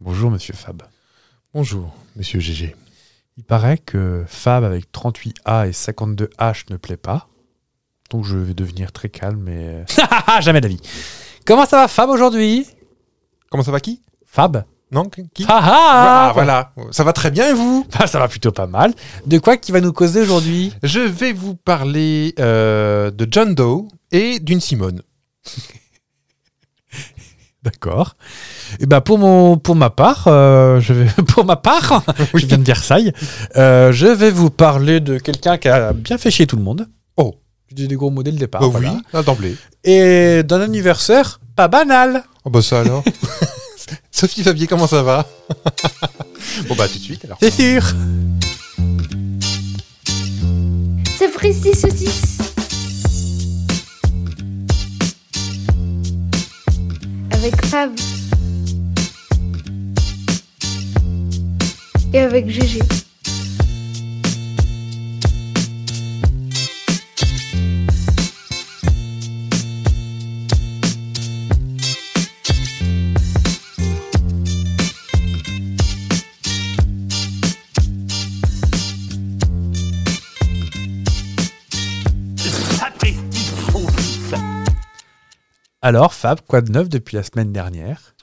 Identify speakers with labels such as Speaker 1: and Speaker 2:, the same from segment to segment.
Speaker 1: Bonjour, monsieur Fab.
Speaker 2: Bonjour, monsieur GG.
Speaker 1: Il paraît que Fab avec 38A et 52H ne plaît pas. Donc je vais devenir très calme et. euh, Jamais d'avis. Comment ça va, Fab, aujourd'hui
Speaker 2: Comment ça va qui
Speaker 1: Fab
Speaker 2: Non Qui
Speaker 1: Ah ah
Speaker 2: Ah, voilà, ça va très bien et vous
Speaker 1: Bah, Ça va plutôt pas mal. De quoi qui va nous causer aujourd'hui
Speaker 2: Je vais vous parler euh, de John Doe et d'une Simone.
Speaker 1: D'accord. Et ben pour mon pour ma part, euh, je vais pour ma part, je viens de Versailles. euh, je vais vous parler de quelqu'un qui a bien fait chier tout le monde.
Speaker 2: Oh.
Speaker 1: je dis des gros mots dès le départ.
Speaker 2: Bah
Speaker 1: voilà.
Speaker 2: oui, ah, d'emblée.
Speaker 1: Et d'un anniversaire pas banal.
Speaker 2: Oh bah ça alors. Sophie Fabier, comment ça va Bon bah tout de suite alors.
Speaker 1: C'est sûr.
Speaker 3: C'est Fristy Saucisse. Avec Fab. Et avec GG.
Speaker 4: Sapristi saucisse.
Speaker 1: Alors Fab, quoi de neuf depuis la semaine dernière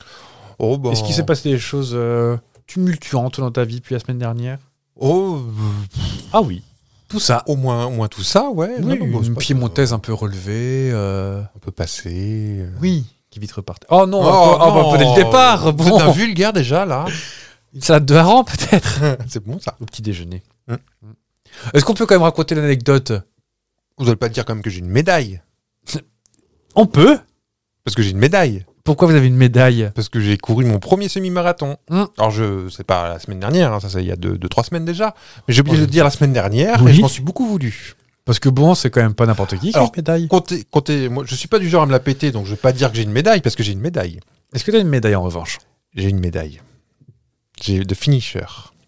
Speaker 2: Oh bah...
Speaker 1: Est-ce qu'il s'est passé des choses euh, tumultuantes dans ta vie depuis la semaine dernière
Speaker 2: Oh, euh,
Speaker 1: Ah oui. Tout ça.
Speaker 2: au moins, au moins tout ça, ouais. Non, non, bon, c'est
Speaker 1: une
Speaker 2: pas-
Speaker 1: piémontaise un peu relevée. euh,
Speaker 2: On peut passer. euh.
Speaker 1: Oui. Qui vite repart. Oh non,
Speaker 2: Oh,
Speaker 1: oh, bah, dès
Speaker 2: non.
Speaker 1: le départ.
Speaker 2: Vous êtes
Speaker 1: Bon.
Speaker 2: un vulgaire déjà là.
Speaker 1: Une salade de hareng peut-être
Speaker 2: c'est bon ça.
Speaker 1: Au petit déjeuner.
Speaker 2: Hmm.
Speaker 1: Est-ce qu'on peut quand même raconter l'anecdote
Speaker 2: Vous n'allez pas dire quand même que j'ai une médaille.
Speaker 1: On peut
Speaker 2: Parce que j'ai une médaille.
Speaker 1: Pourquoi vous avez une médaille
Speaker 2: Parce que j'ai couru mon premier semi-marathon.
Speaker 1: Mm.
Speaker 2: Alors, je c'est pas la semaine dernière, hein, ça, c'est il y a deux, deux, trois semaines déjà. Mais j'ai oublié
Speaker 1: Oh,
Speaker 2: de le dire la semaine dernière
Speaker 1: Oui.
Speaker 2: et Ah, je m'en suis beaucoup voulu.
Speaker 1: Parce que bon, c'est quand même pas n'importe qui qui a une
Speaker 2: Alors,
Speaker 1: médaille.
Speaker 2: Comptez, comptez, moi, je suis pas du genre à me la péter, donc je vais pas dire que j'ai une médaille parce que j'ai une médaille.
Speaker 1: Est-ce que t'as une médaille en revanche
Speaker 2: J'ai une médaille. J'ai de finisher.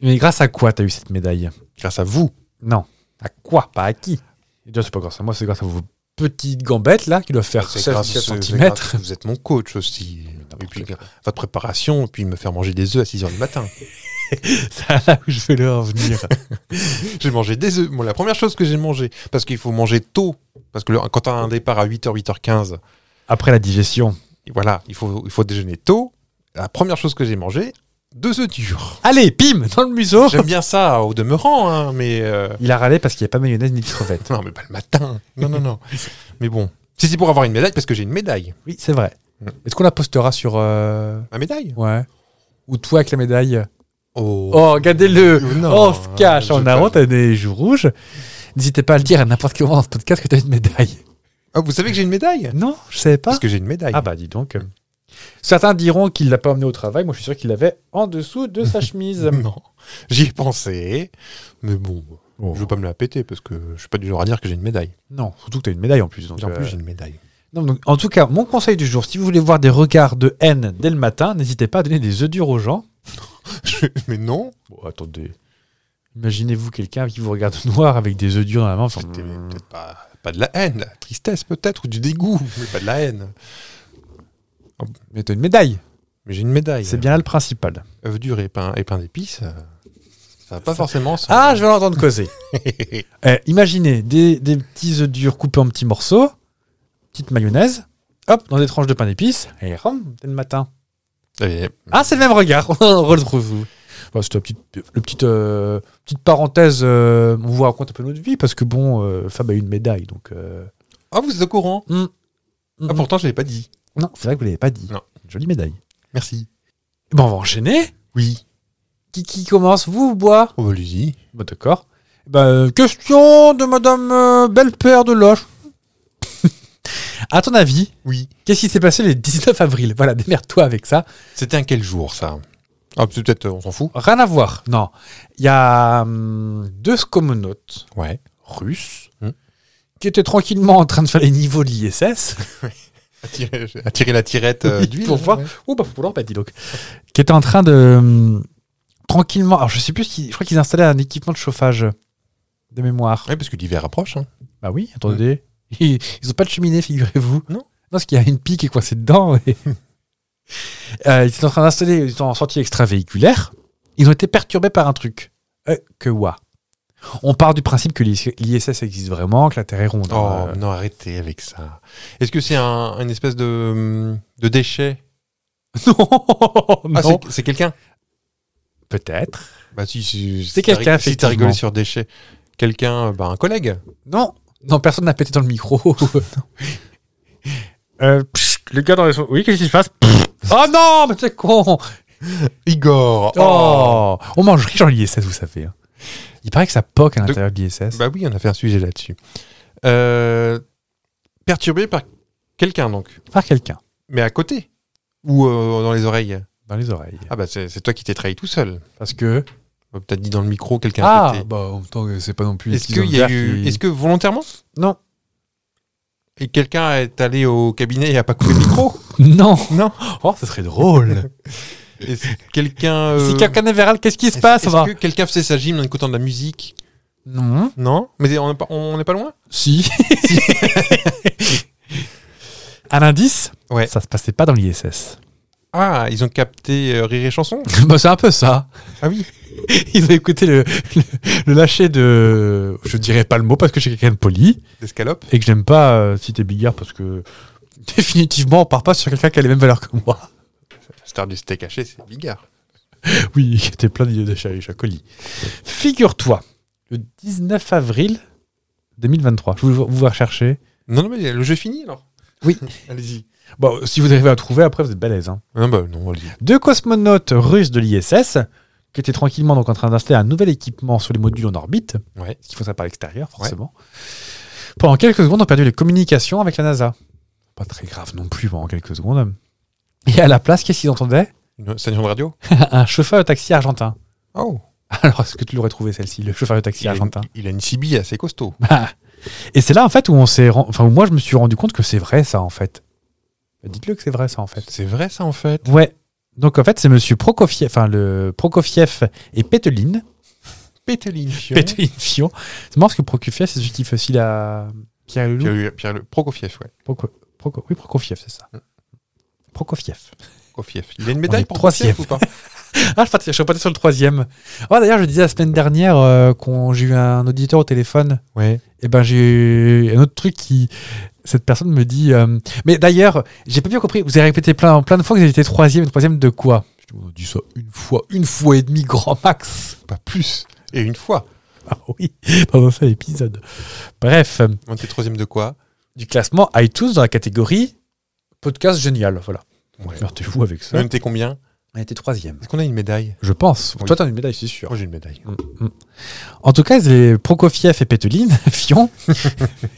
Speaker 1: Mais grâce à quoi t'as eu cette médaille
Speaker 2: Grâce à vous.
Speaker 1: Non. À quoi Pas à qui Déjà, c'est pas grâce à moi, c'est grâce à vos petites gambettes là qui doivent faire
Speaker 2: C'est grâce-
Speaker 1: 16
Speaker 2: c'est
Speaker 1: cm.
Speaker 2: grâce- Vous êtes mon coach aussi. Et puis, votre préparation, et puis me faire manger des œufs à 6 h du matin.
Speaker 1: C'est là où je vais le revenir.
Speaker 2: J'ai mangé des œufs. Moi, la première chose que j'ai mangé, parce qu'il faut manger tôt, parce que le- quand t'as un départ à 8h, 8h15,
Speaker 1: Après la digestion.
Speaker 2: et voilà, il faut, il faut déjeuner tôt. La première chose que j'ai mangé, deux œufs durs.
Speaker 1: Allez, pim Dans le museau
Speaker 2: J'aime bien ça au demeurant, hein, mais. euh,
Speaker 1: Il a râlé parce qu'il n'y a pas de mayonnaise ni de crevettes.
Speaker 2: non, mais pas le matin. Non, non, non. mais bon. Si c'est pour avoir une médaille, parce que j'ai une médaille.
Speaker 1: oui, c'est vrai.
Speaker 2: Mm.
Speaker 1: Est-ce qu'on la postera sur. euh,
Speaker 2: Ma médaille
Speaker 1: Ouais. Ou toi avec la médaille.
Speaker 2: Oh.
Speaker 1: Oh, regardez-le
Speaker 2: Non,
Speaker 1: On se cache,
Speaker 2: je
Speaker 1: on a
Speaker 2: peux-
Speaker 1: honte, on a des joues rouges. N'hésitez pas à le dire à n'importe quel moment dans ce podcast que tu as une médaille.
Speaker 2: Ah, vous savez que j'ai une médaille
Speaker 1: Non, je savais pas.
Speaker 2: Parce que j'ai une médaille.
Speaker 1: Ah bah dis donc. Certains diront qu'il l'a pas emmené au travail, moi je suis sûr qu'il l'avait en dessous de sa chemise.
Speaker 2: non. J'y ai pensé, mais bon,
Speaker 1: Oh.
Speaker 2: je veux pas me la péter parce que je suis pas du genre à dire que j'ai une médaille.
Speaker 1: Non, surtout que tu as une médaille en plus. donc,
Speaker 2: en plus,
Speaker 1: euh,
Speaker 2: j'ai une médaille.
Speaker 1: non, donc, en tout cas, mon conseil du jour, si vous voulez voir des regards de haine dès le matin, n'hésitez pas à donner des œufs durs aux gens.
Speaker 2: mais non.
Speaker 1: Bon, attendez. Imaginez-vous quelqu'un qui vous regarde noir avec des œufs durs dans la main. enfin,
Speaker 2: C'était
Speaker 1: mm.
Speaker 2: peut-être pas, pas de la haine, de la tristesse peut-être, ou du dégoût, mais pas de la haine.
Speaker 1: Mais t'as une médaille,
Speaker 2: Mais j'ai une médaille.
Speaker 1: c'est bien là le principal.
Speaker 2: œuf dur et pain, et pain d'épices, euh, ça va pas forcément. sans-
Speaker 1: Ah, je vais l'entendre causer. Eh, imaginez des, des petits œufs durs coupés en petits morceaux, petite mayonnaise, hop, dans des tranches de pain d'épices, et ram, dès le matin.
Speaker 2: Et-
Speaker 1: Ah, c'est le même regard, on retrouve. Bon, C'était la petite, le petite, euh, petite parenthèse, euh, on vous raconte un peu notre vie, parce que bon, euh, Fab a eu une médaille, donc... euh,
Speaker 2: Ah, vous êtes au courant
Speaker 1: Mm.
Speaker 2: Ah, pourtant, je l'ai pas dit.
Speaker 1: Non, c'est vrai que vous l'avez pas dit.
Speaker 2: Non.
Speaker 1: Une Jolie médaille.
Speaker 2: Merci.
Speaker 1: Bon, on va enchaîner.
Speaker 2: Oui.
Speaker 1: Qui, qui commence, vous ou moi
Speaker 2: Oh, bah, allez-y.
Speaker 1: Bon, d'accord. Ben, euh, question de Madame euh, Belle-Père de Loche. à ton avis,
Speaker 2: Oui.
Speaker 1: Qu'est-ce qui s'est passé le 19 avril Voilà, démerde-toi avec ça.
Speaker 2: C'était un quel jour, ça Ah, c'est peut-être, euh, on s'en fout.
Speaker 1: Rien à voir. Non. Il y a hum, deux scomonautes
Speaker 2: Ouais.
Speaker 1: russes
Speaker 2: Hmm.
Speaker 1: qui étaient tranquillement en train de faire les niveaux de l'ISS.
Speaker 2: Attirer, attirer la tirette euh,
Speaker 1: Oui,
Speaker 2: d'huile.
Speaker 1: pour voir.
Speaker 2: ouais.
Speaker 1: Ouh, bah, pour leur pas, dis donc. Qui étaient en train de. hum, tranquillement. Alors, je sais plus, si- je crois qu'ils installaient un équipement de chauffage de mémoire.
Speaker 2: Ouais, parce que l'hiver approche. hein.
Speaker 1: Bah oui, attendez. Ils n'ont pas de cheminée, figurez-vous.
Speaker 2: Non.
Speaker 1: Non, parce qu'il y a une pique qui est coincée dedans. et- Euh, ils étaient en train d'installer, ils étaient en sortie extravéhiculaire. Ils ont été perturbés par un truc. Euh, que wa On part du principe que l'IS- l'ISS existe vraiment, que la Terre est ronde.
Speaker 2: Oh,
Speaker 1: Euh,
Speaker 2: non, arrêtez avec ça. Est-ce que c'est un, une espèce de, mm, de déchet
Speaker 1: non,
Speaker 2: Ah,
Speaker 1: non.
Speaker 2: c'est- c'est quelqu'un
Speaker 1: Peut-être.
Speaker 2: Bah si, si- si
Speaker 1: C'est
Speaker 2: t'as-
Speaker 1: quelqu'un,
Speaker 2: Si t'as rigolé
Speaker 1: effectivement.
Speaker 2: sur déchet, quelqu'un, euh, bah, un collègue.
Speaker 1: Non, non, personne n'a pété dans le micro. Euh, pssst, le gars dans les... Oui, qu'est-ce qui se passe Pfft. Oh non, mais c'est con
Speaker 2: Igor
Speaker 1: Oh, On mange riche en l'ISS, vous savez. hein. Il paraît que ça poque à
Speaker 2: De-
Speaker 1: l'intérieur de l'ISS.
Speaker 2: Bah oui, on a fait un sujet là-dessus. Euh, perturbé par quelqu'un, donc.
Speaker 1: Par quelqu'un,
Speaker 2: Mais à côté Ou euh, dans les oreilles
Speaker 1: dans les oreilles.
Speaker 2: Ah bah c'est c'est toi qui t'es trahi tout seul.
Speaker 1: Parce que...
Speaker 2: Bah, Peut-être dit dans le micro, quelqu'un a
Speaker 1: Ah,
Speaker 2: pété.
Speaker 1: bah en même temps, c'est pas non plus... les
Speaker 2: Est-ce
Speaker 1: petits
Speaker 2: qu'il y a
Speaker 1: hommes verts
Speaker 2: eu...
Speaker 1: qui-
Speaker 2: Est-ce que volontairement
Speaker 1: Non.
Speaker 2: Et quelqu'un est allé au cabinet et a pas coupé le micro
Speaker 1: Non
Speaker 2: Non.
Speaker 1: Oh, ce serait drôle
Speaker 2: Est-ce que quelqu'un... euh,
Speaker 1: Si quelqu'un est viral, qu'est-ce qui se
Speaker 2: est-ce-
Speaker 1: passe
Speaker 2: Est-ce
Speaker 1: va
Speaker 2: que quelqu'un faisait sa gym en écoutant de la musique
Speaker 1: Non.
Speaker 2: Non Mais on n'est pas, on n'est pas loin
Speaker 1: Si. Un indice
Speaker 2: Ouais.
Speaker 1: Ça se passait pas dans l'ISS.
Speaker 2: Ah, ils ont capté euh, Rire et Chanson
Speaker 1: bah, c'est un peu ça.
Speaker 2: Ah oui
Speaker 1: Ils ont écouté le, le, le lâcher de. Je dirais pas le mot parce que j'ai quelqu'un de poli
Speaker 2: Escalope
Speaker 1: et que j'aime pas euh, citer Bigard parce que définitivement on part pas sur quelqu'un qui a les mêmes valeurs que moi.
Speaker 2: Star du steak haché, c'est Bigard.
Speaker 1: Oui, qui était plein d'idées de chéri Chacoli. Figure-toi, le 19 avril 2023, je vous, vous vais rechercher.
Speaker 2: Non, non, mais le jeu est fini alors
Speaker 1: Oui.
Speaker 2: Allez-y.
Speaker 1: Bon, si vous arrivez à trouver, après vous êtes balèze. Hein.
Speaker 2: Non, bah non, allez-y.
Speaker 1: Deux cosmonautes russes de l'ISS qui étaient tranquillement donc en train d'installer un nouvel équipement sur les modules en orbite,
Speaker 2: Ouais.
Speaker 1: parce qu'ils font ça par l'extérieur forcément, pendant quelques secondes ont perdu les communications avec la NASA. Pas très grave non plus pendant quelques secondes. Et à la place, qu'est-ce qu'ils entendaient
Speaker 2: Une station de radio
Speaker 1: Un chauffeur de taxi argentin.
Speaker 2: Oh
Speaker 1: Alors, est-ce que tu l'aurais trouvé celle-ci, le chauffeur de taxi
Speaker 2: il a, une,
Speaker 1: argentin
Speaker 2: il a une CB assez costaud.
Speaker 1: Bah, Et c'est là en fait où on s'est, ren- enfin où moi je me suis rendu compte que c'est vrai ça en fait. Dites-le que c'est vrai ça en fait.
Speaker 2: C'est vrai ça en fait
Speaker 1: Ouais. Donc en fait c'est Monsieur Prokofiev, enfin le Prokofiev et Petelin,
Speaker 2: Pételine Fion.
Speaker 1: Petelin Fion. C'est marrant parce que Prokofiev c'est celui qui fait aussi la Pierre Leloup.
Speaker 2: Pierre, Pierre le Prokofiev, ouais.
Speaker 1: Proko- Proko- Oui Prokofiev c'est ça. Prokofiev.
Speaker 2: Prokofiev. Il a une médaille
Speaker 1: est
Speaker 2: pour Prokofiev ou pas
Speaker 1: Ah je partais- je suis reparti sur le troisième. Oh d'ailleurs je disais la semaine dernière euh, qu'on j'ai eu un auditeur au téléphone
Speaker 2: Ouais.
Speaker 1: Et ben j'ai un autre truc qui cette personne me dit. euh, mais d'ailleurs, j'ai pas bien compris. Vous avez répété plein, plein de fois que vous étiez troisième, troisième de quoi Je dis, on dit ça une fois, une fois et demie grand max.
Speaker 2: Pas plus. Et une fois.
Speaker 1: Ah oui, dans un seul épisode. Bref, euh,
Speaker 2: On était troisième de quoi
Speaker 1: du classement iTunes dans la catégorie podcast génial. Voilà.
Speaker 2: Ouais.
Speaker 1: Divertez-vous avec ça.
Speaker 2: On était combien
Speaker 1: On était troisième.
Speaker 2: Est-ce qu'on a une médaille
Speaker 1: Je pense.
Speaker 2: Oui.
Speaker 1: Toi, t'as une médaille, c'est sûr.
Speaker 2: Moi j'ai une médaille.
Speaker 1: Mm, mm. En tout cas, les Prokofiev et Pételine, Fion,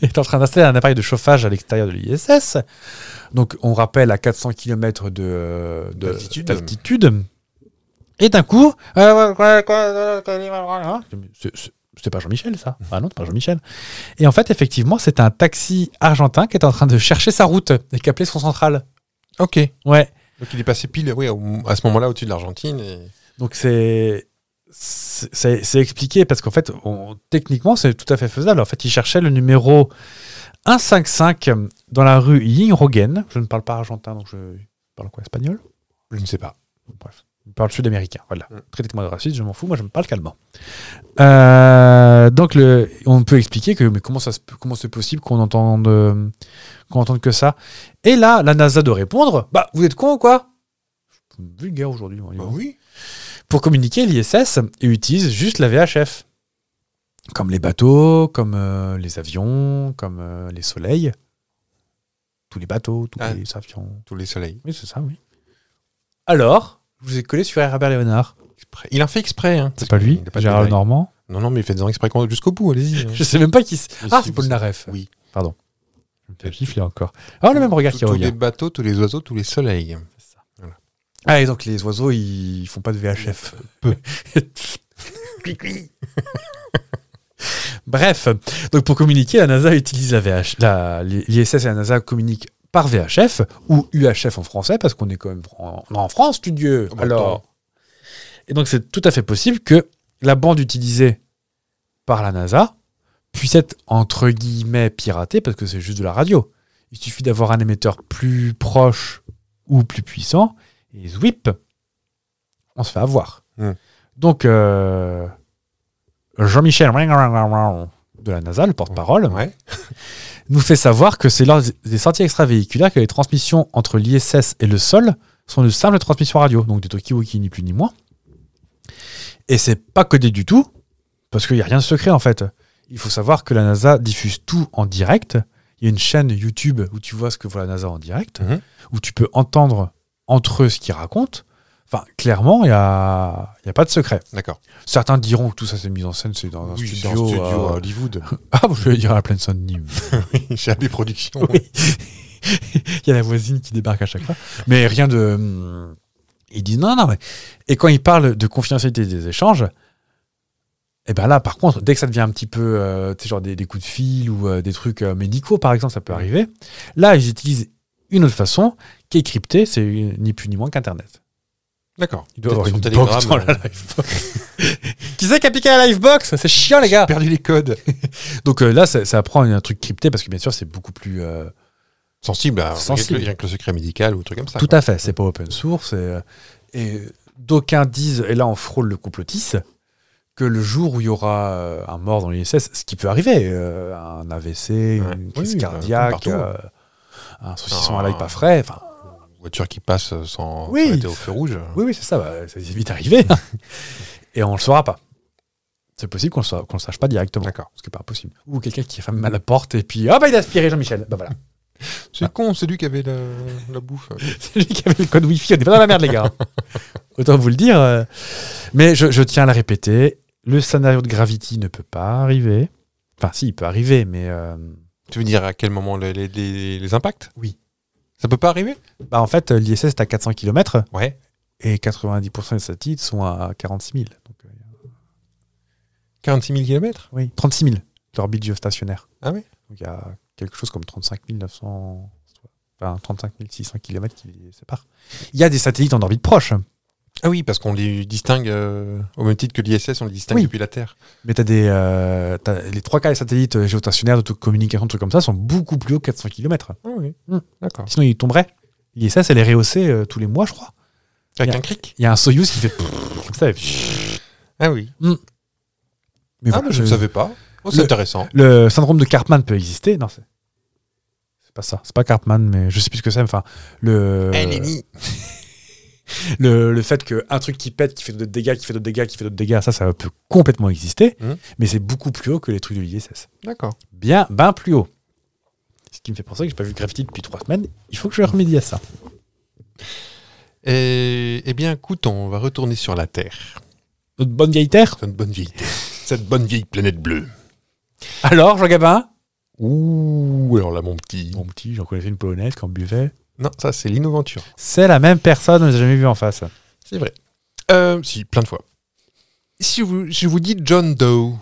Speaker 1: est en train d'installer un appareil de chauffage à l'extérieur de l'ISS. Donc, on rappelle à 400 km de, de-
Speaker 2: D'altitude.
Speaker 1: d'altitude. Et d'un coup. euh, hein. C'est- c'est- C'est pas Jean-Michel, ça Ah non, c'est pas Jean-Michel. Et en fait, effectivement, c'est un taxi argentin qui est en train de chercher sa route et qui appelait son central.
Speaker 2: Ok.
Speaker 1: Ouais.
Speaker 2: Donc il est passé pile oui, au- à ce moment-là au-dessus de l'Argentine. et-
Speaker 1: Donc c'est c'est c'est expliqué parce qu'en fait, on- techniquement, c'est tout à fait faisable. En fait, il cherchait le numéro 155 dans la rue Yinrogen. Je ne parle pas argentin, donc je parle quoi Espagnol
Speaker 2: Je ne sais pas.
Speaker 1: Bref, je parle sud-américain. Voilà.
Speaker 2: Mm.
Speaker 1: Traitez-moi de raciste, je m'en fous. Moi, je me parle calmement. Euh, donc, le, on peut expliquer que mais comment ça se peut- comment c'est possible qu'on entende euh, qu'on entende que ça. Et là, la NASA de répondre, bah, vous êtes con ou quoi Vulgaire aujourd'hui. on y va.
Speaker 2: oui.
Speaker 1: Pour communiquer, l'ISS utilise juste la VHF. Comme les bateaux, comme euh, les avions, comme euh, les soleils. Tous les bateaux, tous
Speaker 2: Ah.
Speaker 1: les avions.
Speaker 2: Tous les soleils.
Speaker 1: Oui, c'est ça, oui. Alors, je vous ai collé sur Herbert Léonard.
Speaker 2: Exprès. Il en fait exprès. Hein,
Speaker 1: C'est pas lui,
Speaker 2: Il a pas de
Speaker 1: Gérald
Speaker 2: médaille.
Speaker 1: Normand.
Speaker 2: Non, non, mais faites-en exprès qu'on- jusqu'au bout, allez-y. hein.
Speaker 1: Je sais même pas qui c'est.
Speaker 2: Mais
Speaker 1: Ah,
Speaker 2: si,
Speaker 1: c'est
Speaker 2: vous-
Speaker 1: Paul Naref.
Speaker 2: Oui.
Speaker 1: Pardon. Je me fais gifler encore. Ah,
Speaker 2: Oh,
Speaker 1: le même regard
Speaker 2: Tous-
Speaker 1: qui
Speaker 2: Tous
Speaker 1: revient.
Speaker 2: les bateaux, tous les oiseaux, tous les soleils.
Speaker 1: Ah, et donc les oiseaux, ils font pas de VHF. Peu. Bref, donc pour communiquer, la NASA utilise la VH, la- l'ISS et la NASA communiquent par VHF ou UHF en français parce qu'on est quand même en, on est en France, tu Dieu.
Speaker 2: Oh, bah,
Speaker 1: Alors,
Speaker 2: attends.
Speaker 1: et donc c'est tout à fait possible que la bande utilisée par la NASA puisse être entre guillemets piratée parce que c'est juste de la radio. Il suffit d'avoir un émetteur plus proche ou plus puissants, et whip, on se fait avoir.
Speaker 2: Mm.
Speaker 1: Donc, euh, Jean-Michel de la NASA, le porte-parole,
Speaker 2: Ouais.
Speaker 1: nous fait savoir que c'est lors des sorties extravéhiculaires que les transmissions entre l'ISS et le sol sont de simples transmissions radio, donc des Tokiwoki ni plus ni moins. Et c'est pas codé du tout, parce qu'il n'y a rien de secret en fait. Il faut savoir que la NASA diffuse tout en direct. Il y a une chaîne YouTube où tu vois ce que voit la NASA en direct,
Speaker 2: Mhm.
Speaker 1: où tu peux entendre entre eux ce qu'ils racontent. Enfin, clairement, il n'y a, il y a pas de secret.
Speaker 2: D'accord.
Speaker 1: Certains diront que tout ça c'est mis en scène, c'est dans un
Speaker 2: Oui, c'est
Speaker 1: studio.
Speaker 2: un studio
Speaker 1: euh,
Speaker 2: à Hollywood.
Speaker 1: Ah, bon, je vais dire à pleine sonne
Speaker 2: Chez AB Productions.
Speaker 1: oui. il y a la voisine qui débarque à chaque fois. Mais rien de. hum, Ils disent non, non, mais. Et quand ils parlent de confidentialité des échanges, et ben là, par contre, dès que ça devient un petit peu, euh, tu sais, genre des, des coups de fil ou euh, des trucs euh, médicaux, par exemple, ça peut arriver. Là, ils utilisent une autre façon qui est cryptée, c'est euh, ni plus ni moins qu'Internet.
Speaker 2: D'accord.
Speaker 1: Il doit y avoir
Speaker 2: Sur
Speaker 1: une
Speaker 2: Telegram,
Speaker 1: box dans
Speaker 2: euh,
Speaker 1: la Livebox. qui c'est qui a piqué la Livebox C'est chiant, les gars.
Speaker 2: perdu les codes.
Speaker 1: Donc euh, là, ça, ça prend un truc crypté parce que bien sûr, c'est beaucoup plus. euh,
Speaker 2: Sensible à
Speaker 1: Sensible.
Speaker 2: Rien, que le, rien que le secret médical ou un truc comme ça.
Speaker 1: Tout à fait, c'est pas open source. Et, euh, et d'aucuns disent, et là on frôle le complotiste, que le jour où il y aura euh, un mort dans l'ISS, ce qui peut arriver, euh, un AVC, une
Speaker 2: Oui,
Speaker 1: crise
Speaker 2: oui, bah,
Speaker 1: cardiaque,
Speaker 2: comme partout.
Speaker 1: euh, un saucisson à
Speaker 2: Ah.
Speaker 1: l'ail pas frais, enfin,
Speaker 2: Une voiture qui passe euh, sans
Speaker 1: Oui.
Speaker 2: arrêter au feu rouge.
Speaker 1: oui, oui, c'est ça, bah, ça c'est vite arrivé. et on le saura pas. C'est possible qu'on le, sa- qu'on le sache pas directement.
Speaker 2: D'accord.
Speaker 1: Ce qui n'est pas impossible. Ou quelqu'un qui ferme à la porte et puis, ah bah il a aspiré Jean-Michel. Bah voilà.
Speaker 2: C'est con, c'est lui qui avait la, la bouffe.
Speaker 1: C'est lui qui avait le code Wi-Fi. On n'est pas dans la merde, les gars. Autant vous le dire. euh. Mais je, je tiens à le répéter. Le scénario de Gravity ne peut pas arriver. Enfin, si, il peut arriver, mais euh,
Speaker 2: Tu veux dire à quel moment les, les- les- les impacts
Speaker 1: Oui.
Speaker 2: Ça peut pas arriver
Speaker 1: bah, en fait, l'ISS est à 400 km
Speaker 2: Ouais.
Speaker 1: et 90% des satellites sont à 46 000. Donc, euh,
Speaker 2: 46 000 km
Speaker 1: oui, 36 000, l'orbite géostationnaire.
Speaker 2: Ah oui
Speaker 1: Donc, il y a quelque chose comme 35 900, enfin, 35 600 km qui les séparent. Il y a des satellites en orbite proche.
Speaker 2: Ah oui, parce qu'on les distingue euh, au même titre que l'ISS, on les distingue
Speaker 1: Oui.
Speaker 2: depuis la Terre.
Speaker 1: Mais t'as des, euh, t'as- les trois quarts des satellites géostationnaires de communication, de trucs comme ça, sont beaucoup plus hauts que 400 km.
Speaker 2: Ah oui.
Speaker 1: Hmm.
Speaker 2: D'accord.
Speaker 1: Sinon, ils tomberaient. L'ISS, elle est rehaussée euh, tous les mois, je crois.
Speaker 2: Avec
Speaker 1: Y a-
Speaker 2: un cric
Speaker 1: Il y a un Soyuz qui fait comme ça. et puis-
Speaker 2: Ah oui.
Speaker 1: Mais
Speaker 2: ah,
Speaker 1: voilà,
Speaker 2: mais je ne
Speaker 1: je-
Speaker 2: savais pas. Oh, c'est
Speaker 1: Le-
Speaker 2: intéressant.
Speaker 1: Le syndrome de Cartman peut exister. Non, c'est c'est pas ça. C'est pas Cartman, mais je sais plus ce que c'est. mais Enfin, le...
Speaker 2: Euh,
Speaker 1: le, le fait qu'un truc qui pète, qui fait d'autres dégâts, qui fait d'autres dégâts, qui fait d'autres dégâts, ça, ça peut complètement exister.
Speaker 2: Mhm.
Speaker 1: Mais c'est beaucoup plus haut que les trucs de l'ISS.
Speaker 2: D'accord.
Speaker 1: bien ben plus haut. Ce qui me fait penser que j'ai pas vu Gravity depuis trois semaines. Il faut que je remédie à ça.
Speaker 2: Et- Eh bien, écoute, on va retourner sur la Terre.
Speaker 1: Notre bonne vieille terre.
Speaker 2: Cette bonne vieille Terre. Cette bonne vieille planète bleue.
Speaker 1: Alors, Jean Gabin
Speaker 2: Ouh, alors là, mon petit.
Speaker 1: Mon petit, j'en connaissais une polonaise qui en buvait.
Speaker 2: Non, ça, c'est Lino Ventura.
Speaker 1: C'est la même personne, on l'a jamais vu en face.
Speaker 2: C'est vrai. Euh, si, plein de fois. Si vous, je vous dis John Doe,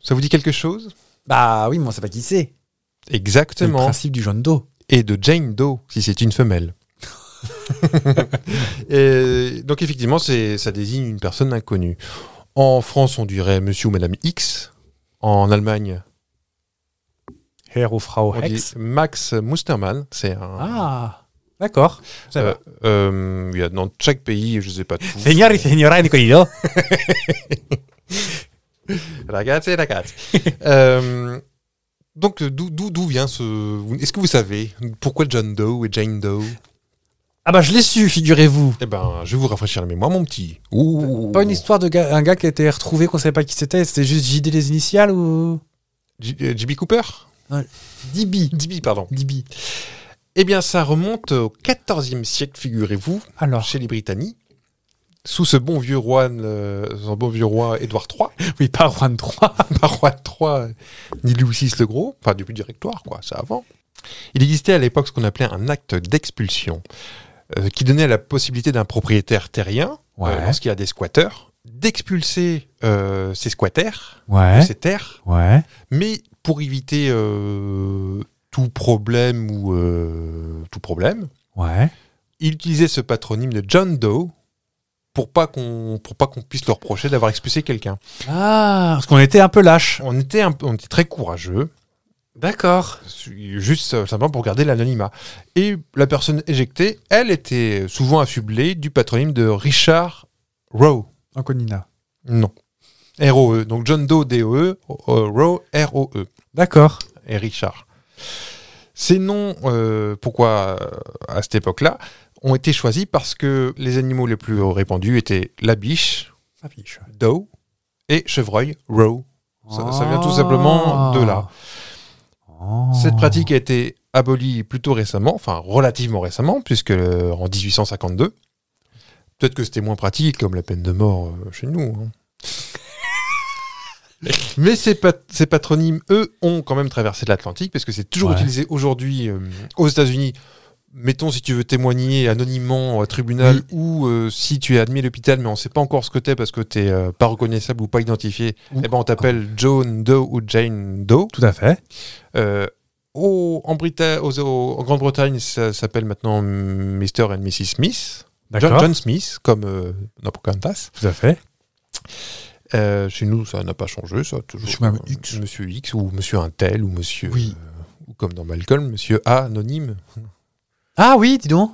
Speaker 2: ça vous dit quelque chose
Speaker 1: Bah oui, mais on sait pas qui c'est. C'est le
Speaker 2: Exactement.
Speaker 1: principe du jaune d'eau.
Speaker 2: Et de Jane Doe, si c'est une femelle. Et donc effectivement, c'est- ça désigne une personne inconnue. En France, on dirait Monsieur ou Madame X. En Allemagne,
Speaker 1: Herr ou Frau
Speaker 2: on dit
Speaker 1: Hex.
Speaker 2: Max Mustermann. C'est un.
Speaker 1: Ah, d'accord. Ça
Speaker 2: Euh,
Speaker 1: va.
Speaker 2: euh, il y a dans chaque pays, je ne sais pas tout.
Speaker 1: Signor et signora Nicolino.
Speaker 2: Ragazzi, ragazzi. Euh, donc, d'où- d'où d'où vient ce. Est-ce que vous savez pourquoi John Doe et Jane Doe
Speaker 1: Ah bah je l'ai su, figurez-vous.
Speaker 2: Eh ben, je vais vous rafraîchir la mémoire, mon petit. Ouh.
Speaker 1: Pas une histoire de gars- un gars qui a été retrouvé, qu'on savait pas qui c'était. C'était juste JD les initiales ou.
Speaker 2: J- euh, J.B. Cooper
Speaker 1: DB.
Speaker 2: DB, pardon.
Speaker 1: DB.
Speaker 2: Eh bien, ça remonte au XIVe siècle, figurez-vous,
Speaker 1: Alors.
Speaker 2: chez les Britanniques, sous ce bon vieux roi, euh, ce bon vieux roi Édouard III.
Speaker 1: Oui, pas Juan 3.
Speaker 2: pas roi de Troie, ni Louis VI le Gros, enfin depuis le directoire, quoi, ça avant. Il existait à l'époque ce qu'on appelait un acte d'expulsion, euh, qui donnait la possibilité d'un propriétaire terrien, euh,
Speaker 1: Ouais.
Speaker 2: lorsqu'il a des squatteurs, d'expulser euh, ses squatteurs de
Speaker 1: Ouais.
Speaker 2: ses terres,
Speaker 1: Ouais.
Speaker 2: mais pour éviter euh, tout problème ou euh, tout problème,
Speaker 1: Ouais.
Speaker 2: il utilisait ce patronyme de John Doe pour pas qu'on pour pas qu'on puisse leur reprocher d'avoir expulsé quelqu'un.
Speaker 1: Ah, parce qu'on était un peu lâche.
Speaker 2: On était, un peu- on était très courageux.
Speaker 5: D'accord.
Speaker 2: juste euh, simplement pour garder l'anonymat. Et la personne éjectée, elle était souvent affublée du patronyme de Richard Rowe.
Speaker 1: Anconina.
Speaker 2: Non. R-O-E. Donc John Doe, D-O-E, euh, Rowe, R-O-E.
Speaker 1: D'accord.
Speaker 2: Et Richard. Ces noms, euh, pourquoi euh, à cette époque-là, ont été choisis parce que les animaux les plus répandus étaient la biche, Doe, et chevreuil, Rowe. Ça- ça vient tout simplement de là.
Speaker 1: Ah.
Speaker 2: Cette pratique a été abolie plutôt récemment, enfin relativement récemment, puisque euh, en 1852. Peut-être que c'était moins pratique, comme la peine de mort euh, chez nous. hein. Mais ces, pat- ces patronymes, eux, ont quand même traversé l'Atlantique, parce que c'est toujours
Speaker 1: Ouais.
Speaker 2: utilisé aujourd'hui euh, aux États-Unis. Mettons si tu veux témoigner anonymement au tribunal ou euh, si tu es admis à l'hôpital mais on ne sait pas encore ce que t'es parce que t'es euh, pas reconnaissable ou pas identifié,
Speaker 1: Ou-
Speaker 2: eh ben on t'appelle Joan Doe ou Jane Doe.
Speaker 1: Tout à fait.
Speaker 2: Euh, au- en, Brita- aux- aux- en Grande-Bretagne, ça s'appelle maintenant Mr. and Mrs. Smith. John,
Speaker 1: D'accord.
Speaker 2: John Smith, comme euh, dans Pocahontas.
Speaker 1: Tout à fait.
Speaker 2: Euh, chez nous, ça n'a pas changé. Ça, a toujours,
Speaker 1: Monsieur Mme
Speaker 2: euh,
Speaker 1: X.
Speaker 2: Monsieur X ou Monsieur Untel ou Monsieur.
Speaker 1: Oui.
Speaker 2: euh, ou comme dans Malcolm, Monsieur A anonyme.
Speaker 1: Ah oui, dis donc.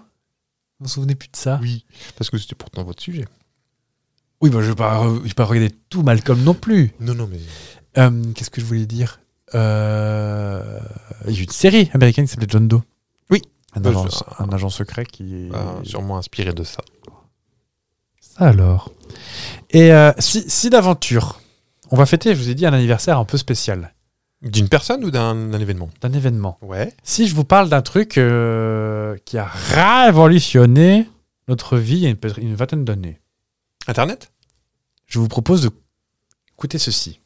Speaker 1: Vous vous souvenez plus de ça
Speaker 2: Oui. Parce que c'était pourtant votre sujet.
Speaker 1: Oui, bah, je vais pas, re- je vais pas regarder tout Malcolm non plus.
Speaker 2: Non, non, mais.
Speaker 1: Euh, Qu'est-ce que je voulais dire Euh, Il y a eu une série américaine qui s'appelait John Doe.
Speaker 2: Oui.
Speaker 1: Un,
Speaker 2: Bah,
Speaker 1: agent,
Speaker 2: je-
Speaker 1: un agent secret qui est.
Speaker 2: euh, sûrement inspiré de ça.
Speaker 1: Ça alors. Et euh, si, si d'aventure, on va fêter, je vous ai dit, un anniversaire un peu spécial,
Speaker 2: D'une personne ou d'un d'un événement
Speaker 1: d'un événement.
Speaker 2: Ouais.
Speaker 1: Si je vous parle d'un truc euh, qui a révolutionné notre vie il y a une, peut-être une vingtaine d'années,
Speaker 2: Internet
Speaker 1: je vous propose de écouter ceci.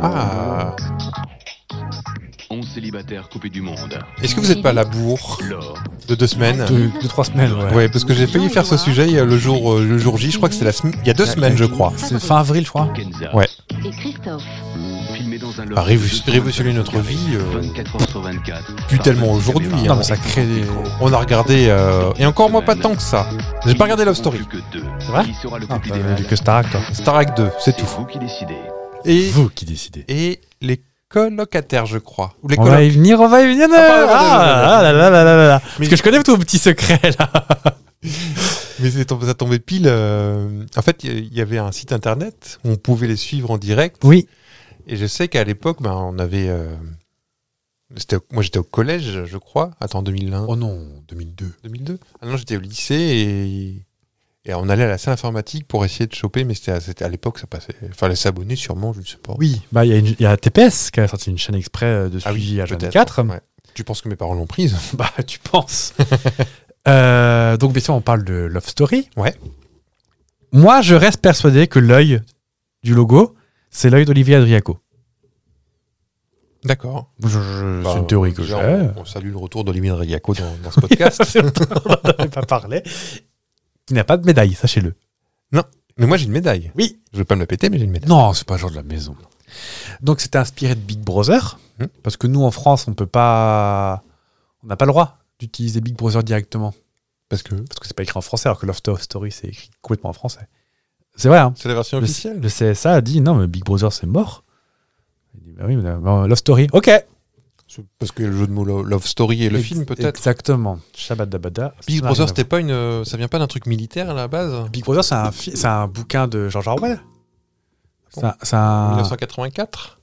Speaker 2: Ah.
Speaker 6: 11 célibataires coupés du monde.
Speaker 2: Est-ce que vous n'êtes pas à la bourre
Speaker 6: L'or,
Speaker 2: de deux semaines
Speaker 1: Deux, deux, trois semaines, ouais.
Speaker 2: Ah. Ouais, parce que j'ai failli faire ce sujet euh, le jour, euh, le jour J, je crois que c'était la semaine, il y a deux semaines, je crois.
Speaker 1: C'est fin avril, je crois.
Speaker 6: Kenza.
Speaker 2: Ah, Ouais.
Speaker 7: et Christophe.
Speaker 6: Filmé dans un
Speaker 2: Bah, révo- révolutionner notre vie, euh,
Speaker 6: 24 heures sur 24.
Speaker 2: plus tellement aujourd'hui,
Speaker 1: hein. Non, mais ça crée des-
Speaker 2: On a regardé, euh, et encore moi pas tant que ça. hein. J'ai pas regardé Love Story.
Speaker 1: C'est vrai
Speaker 6: Qui sera le
Speaker 1: Ah,
Speaker 6: couple
Speaker 1: bah,
Speaker 6: idéal
Speaker 1: les que Starac, toi.
Speaker 2: Starac 2, c'est
Speaker 6: C'est
Speaker 2: tout.
Speaker 6: vous qui décidez.
Speaker 2: Et,
Speaker 1: Vous qui décidez.
Speaker 2: et les colocataires, je crois. Ou les
Speaker 1: On va
Speaker 2: colocs.
Speaker 1: y venir, on va y venir.
Speaker 2: Ah, pardon,
Speaker 1: Ah, ah là là là là là.
Speaker 2: Mais-
Speaker 1: Parce que je connais tous vos petits secrets là.
Speaker 2: Mais c'est tombé- ça tombait pile. euh, En fait, il y avait un site internet où on pouvait les suivre en direct.
Speaker 1: Oui.
Speaker 2: Et je sais qu'à l'époque, ben, on avait. euh, c'était au- Moi, j'étais au collège, je crois. Attends, 2001.
Speaker 1: Oh non, 2002.
Speaker 2: 2002 Ah non, j'étais au lycée et... et on allait à la salle informatique pour essayer de choper, mais c'était à, c'était à l'époque, ça passait. fallait s'abonner sûrement, je ne sais pas.
Speaker 1: Oui, bah il y a une- il y, a TPS qui a sorti une chaîne exprès euh, de
Speaker 2: Ah oui,
Speaker 1: suivi à
Speaker 2: peut-être.
Speaker 1: 24.
Speaker 2: Ouais. Tu penses que mes parents l'ont prise
Speaker 1: Bah tu penses. Euh, donc bien sûr on parle de Love Story.
Speaker 2: Ouais.
Speaker 1: Moi je reste persuadé que l'œil du logo c'est l'œil d'Olivier Adriaco.
Speaker 2: D'accord.
Speaker 1: Je- je-
Speaker 2: Bah,
Speaker 1: c'est une théorie que j'ai.
Speaker 2: déjà, On, on salue le retour d'Olivier Dragiaco dans, dans ce podcast.
Speaker 1: C'est longtemps qu'on n'en avait pas parlé. Qui n'a pas de médaille, sachez-le.
Speaker 2: mais moi, j'ai une médaille.
Speaker 1: Oui.
Speaker 2: Je ne veux pas me la péter, mais j'ai une médaille.
Speaker 1: Non, c'est pas le genre de la maison. Donc c'était inspiré de Big Brother,
Speaker 2: Hmm.
Speaker 1: parce que nous en France on peut pas, on n'a pas le droit d'utiliser Big Brother directement,
Speaker 2: Parce que
Speaker 1: parce que c'est pas écrit en français, alors que Love Story c'est écrit complètement en français. C'est vrai. hein.
Speaker 2: c'est la version
Speaker 1: Le,
Speaker 2: officielle.
Speaker 1: le CSA a dit non mais Big Brother c'est mort. Il dit bah oui, mais, euh, Love Story, ok.
Speaker 2: C'est Parce que le jeu de mots Lo- Love Story et le
Speaker 1: Ex-
Speaker 2: film, peut-être.
Speaker 1: Exactement. Shabbat Dabada.
Speaker 2: Big
Speaker 1: Ça n'a rien
Speaker 2: Brother,
Speaker 1: à
Speaker 2: c'était pas une. euh, Ça vient pas d'un truc militaire à la base
Speaker 1: voir. Big Brother c'est un, fi- c'est un bouquin de George Orwell. C'est un. c'est
Speaker 2: Ah.
Speaker 1: un-
Speaker 2: 1984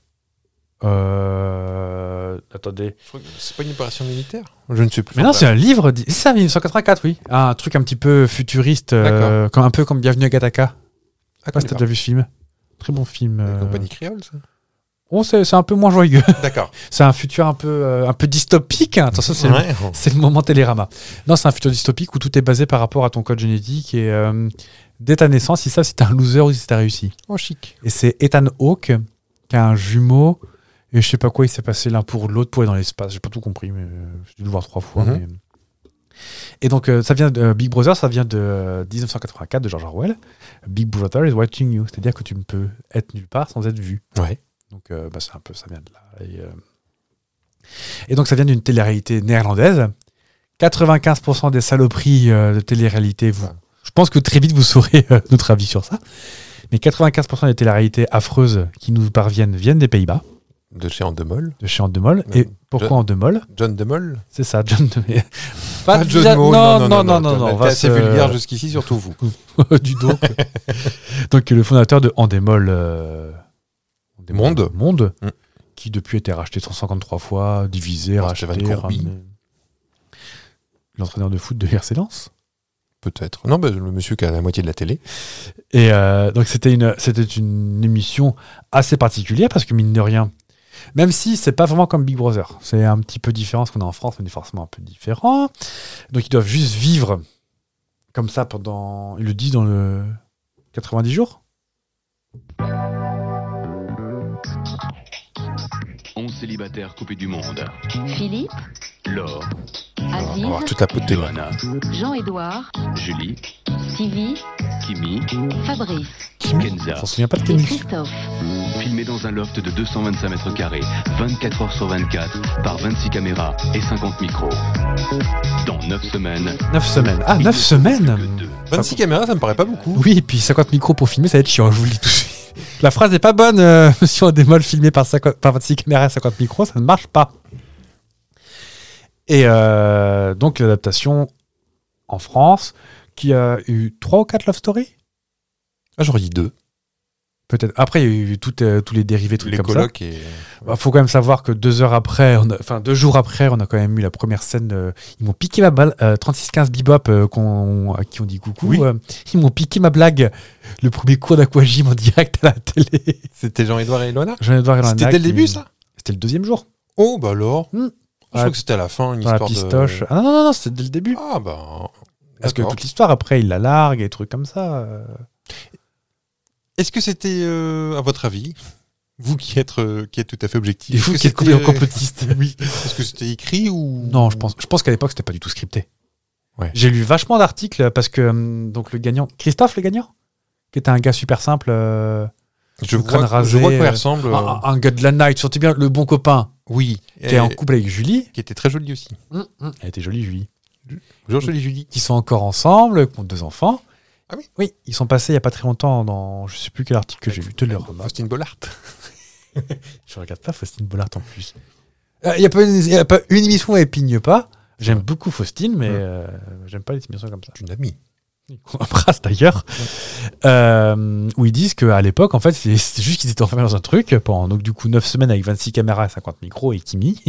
Speaker 1: euh, attendez. bah.
Speaker 2: Je crois que C'est pas une opération militaire Je ne sais plus.
Speaker 1: Mais non, c'est un livre. d- C'est ça, 1984, oui. Ah, Un truc un petit peu futuriste, euh, comme, un peu comme Bienvenue à Gataka.
Speaker 2: Ah,
Speaker 1: Je sais pas si t'as déjà vu ce film. Très bon film.
Speaker 2: La
Speaker 1: euh.
Speaker 2: compagnie créole, ça
Speaker 1: Oh, c'est c'est un peu moins joyeux.
Speaker 2: D'accord.
Speaker 1: c'est un futur un peu, euh, un peu dystopique. hein. Attention, c'est le-
Speaker 2: Ouais.
Speaker 1: c'est le moment Télérama. Non, c'est un futur dystopique où tout est basé par rapport à ton code génétique et euh, dès ta naissance, ils savent si t'es un loser ou si t'as réussi.
Speaker 2: Oh, chic.
Speaker 1: Et c'est Ethan Hawke qui a un jumeau et je sais pas quoi il s'est passé l'un pour l'autre pour aller dans l'espace. J'ai pas tout compris, mais euh, j'ai dû le voir trois fois.
Speaker 2: Mhm.
Speaker 1: mais- euh. Et donc euh, ça vient de euh, Big Brother, ça vient de euh, 1984 de George Orwell. Big Brother is watching you, c'est-à-dire que tu ne peux être nulle part sans être vu.
Speaker 2: Ouais.
Speaker 1: Donc euh, bah, c'est un peu ça vient de là. Et, euh, et donc ça vient d'une télé-réalité néerlandaise. 95% des saloperies euh, de télé-réalité, vous, je pense que très vite vous saurez euh, notre avis sur ça. Mais 95% des télé-réalités affreuses qui nous parviennent viennent des Pays-Bas.
Speaker 2: de chez Andemol.
Speaker 1: de chez Andemol.
Speaker 2: Non.
Speaker 1: Et pourquoi Andemol
Speaker 2: John Demol.
Speaker 1: C'est ça, John Demol.
Speaker 2: Pas de jeu de mots.
Speaker 1: Non, non, non, non.
Speaker 2: John,
Speaker 1: non,
Speaker 2: on
Speaker 1: on
Speaker 2: était
Speaker 1: va
Speaker 2: assez
Speaker 1: se-
Speaker 2: vulgaire jusqu'ici, surtout vous.
Speaker 1: du donc. donc le fondateur de Andemol euh,
Speaker 2: Monde.
Speaker 1: Monde,
Speaker 2: Mm.
Speaker 1: qui depuis a été racheté 153 fois, divisé,
Speaker 2: Par
Speaker 1: racheté,
Speaker 2: Stéphane Courby.
Speaker 1: ramené. L'entraîneur de foot de RC Lens.
Speaker 2: Peut-être. Non, bah, le monsieur qui a la moitié de la télé.
Speaker 1: Et euh, donc c'était une, c'était une émission assez particulière parce que mine de rien, même si c'est pas vraiment comme Big Brother, c'est un petit peu différent ce qu'on a en France, on est forcément un peu différent. Donc ils doivent juste vivre comme ça pendant, il le dit dans le 90 jours.
Speaker 6: 11 célibataires coupés du monde.
Speaker 5: Philippe,
Speaker 6: Laure,
Speaker 2: Alors, on
Speaker 5: Aziz,
Speaker 2: va avoir toute la peau de témoin.
Speaker 6: Johanna,
Speaker 5: Jean-Édouard,
Speaker 6: Julie,
Speaker 5: Sylvie,
Speaker 6: Kimi,
Speaker 5: Fabrice
Speaker 6: Kenza.
Speaker 1: On se souvient pas de
Speaker 5: et
Speaker 1: Kenny.
Speaker 5: Christophe.
Speaker 6: Filmé dans un loft de 225 mètres carrés, 24 heures sur 24, par 26 caméras et 50 micros. Dans 9 semaines.
Speaker 1: 9 semaines. Ah,
Speaker 6: il
Speaker 1: 9
Speaker 6: ne faut plus
Speaker 1: semaines
Speaker 6: que deux.
Speaker 2: 26 caméras, ça me paraît pas beaucoup.
Speaker 1: Oui, et puis 50 micros pour filmer, ça va être chiant, je vous le dis tout de suite. La phrase n'est pas bonne, euh, monsieur Andemol, filmé par, 50 par 26 caméras et 50 micros, ça ne marche pas. Et euh, donc l'adaptation en France, qui a eu 3 ou 4 love stories
Speaker 2: Ah, j'aurais dit deux.
Speaker 1: Peut-être. Après, il y a eu tout, euh, tous les dérivés, trucs
Speaker 2: Les
Speaker 1: comme ça.
Speaker 2: colocs et.
Speaker 1: Il Bah, faut quand même savoir que deux heures après, on a- enfin deux jours après, on a quand même eu la première scène. euh, ils m'ont piqué ma balle. euh, 36-15 Bebop euh, qu'on- à qui on dit coucou.
Speaker 2: Oui.
Speaker 1: euh, ils m'ont piqué ma blague. Le premier cours d'aquagym en direct à la télé.
Speaker 2: C'était Jean-Édouard et Loana
Speaker 1: Jean-Edouard Elana
Speaker 2: C'était dès le
Speaker 1: qui-
Speaker 2: début, ça
Speaker 1: C'était le deuxième jour.
Speaker 2: Oh, bah alors.
Speaker 1: Hmm.
Speaker 2: Je crois que c'était à la fin, une
Speaker 1: Dans la
Speaker 2: histoire
Speaker 1: pistoche.
Speaker 2: de.
Speaker 1: Ah non, non, non, c'était dès le début.
Speaker 2: Ah, bah.
Speaker 1: Parce que
Speaker 2: d'accord.
Speaker 1: toute l'histoire, après, il la largue et trucs comme ça. euh.
Speaker 2: Est-ce que c'était, euh, à votre avis, vous qui êtes, euh, qui êtes tout à fait objectif,
Speaker 1: Il faut
Speaker 2: est-ce
Speaker 1: qu'il est
Speaker 2: que c'était-
Speaker 1: complètement complotiste. oui.
Speaker 2: Est-ce que c'était écrit ou
Speaker 1: Non, je pense, je pense qu'à l'époque, c'était pas du tout scripté.
Speaker 2: Ouais.
Speaker 1: J'ai lu vachement d'articles parce que hum, donc le gagnant, Christophe le gagnant, qui était un gars super simple, euh,
Speaker 2: Je
Speaker 1: Le
Speaker 2: vois,
Speaker 1: crâne rasé,
Speaker 2: je vois à quoi
Speaker 1: euh,
Speaker 2: il ressemble. euh,
Speaker 1: un, un gars de la night, surtout bien le bon copain
Speaker 2: Oui.
Speaker 1: qui est en couple avec Julie.
Speaker 2: qui était très joli aussi.
Speaker 1: Mm, Elle était jolie, Julie.
Speaker 2: Bonjour, jolie Julie.
Speaker 1: Qui sont encore ensemble, qui ont deux enfants.
Speaker 2: Ah oui
Speaker 1: Oui, ils sont passés il y a pas très longtemps dans je sais plus quel article que j'ai vu. Te le remarque.
Speaker 2: Faustine Ah, Bollard.
Speaker 1: Je regarde pas Faustine Bollard en plus. Euh, Il n'y a, pas une- y a pas une émission où elle pigne pas. J'aime beaucoup Faustine, mais
Speaker 2: Ouais.
Speaker 1: euh, j'aime pas les émissions comme ça.
Speaker 2: Une amie.
Speaker 1: Qu'on embrasse d'ailleurs. Euh, où ils disent qu'à l'époque, en fait, c'est c'est juste qu'ils étaient enfermés dans un truc pendant donc, du coup 9 semaines avec 26 caméras, 50 micros et Kimi.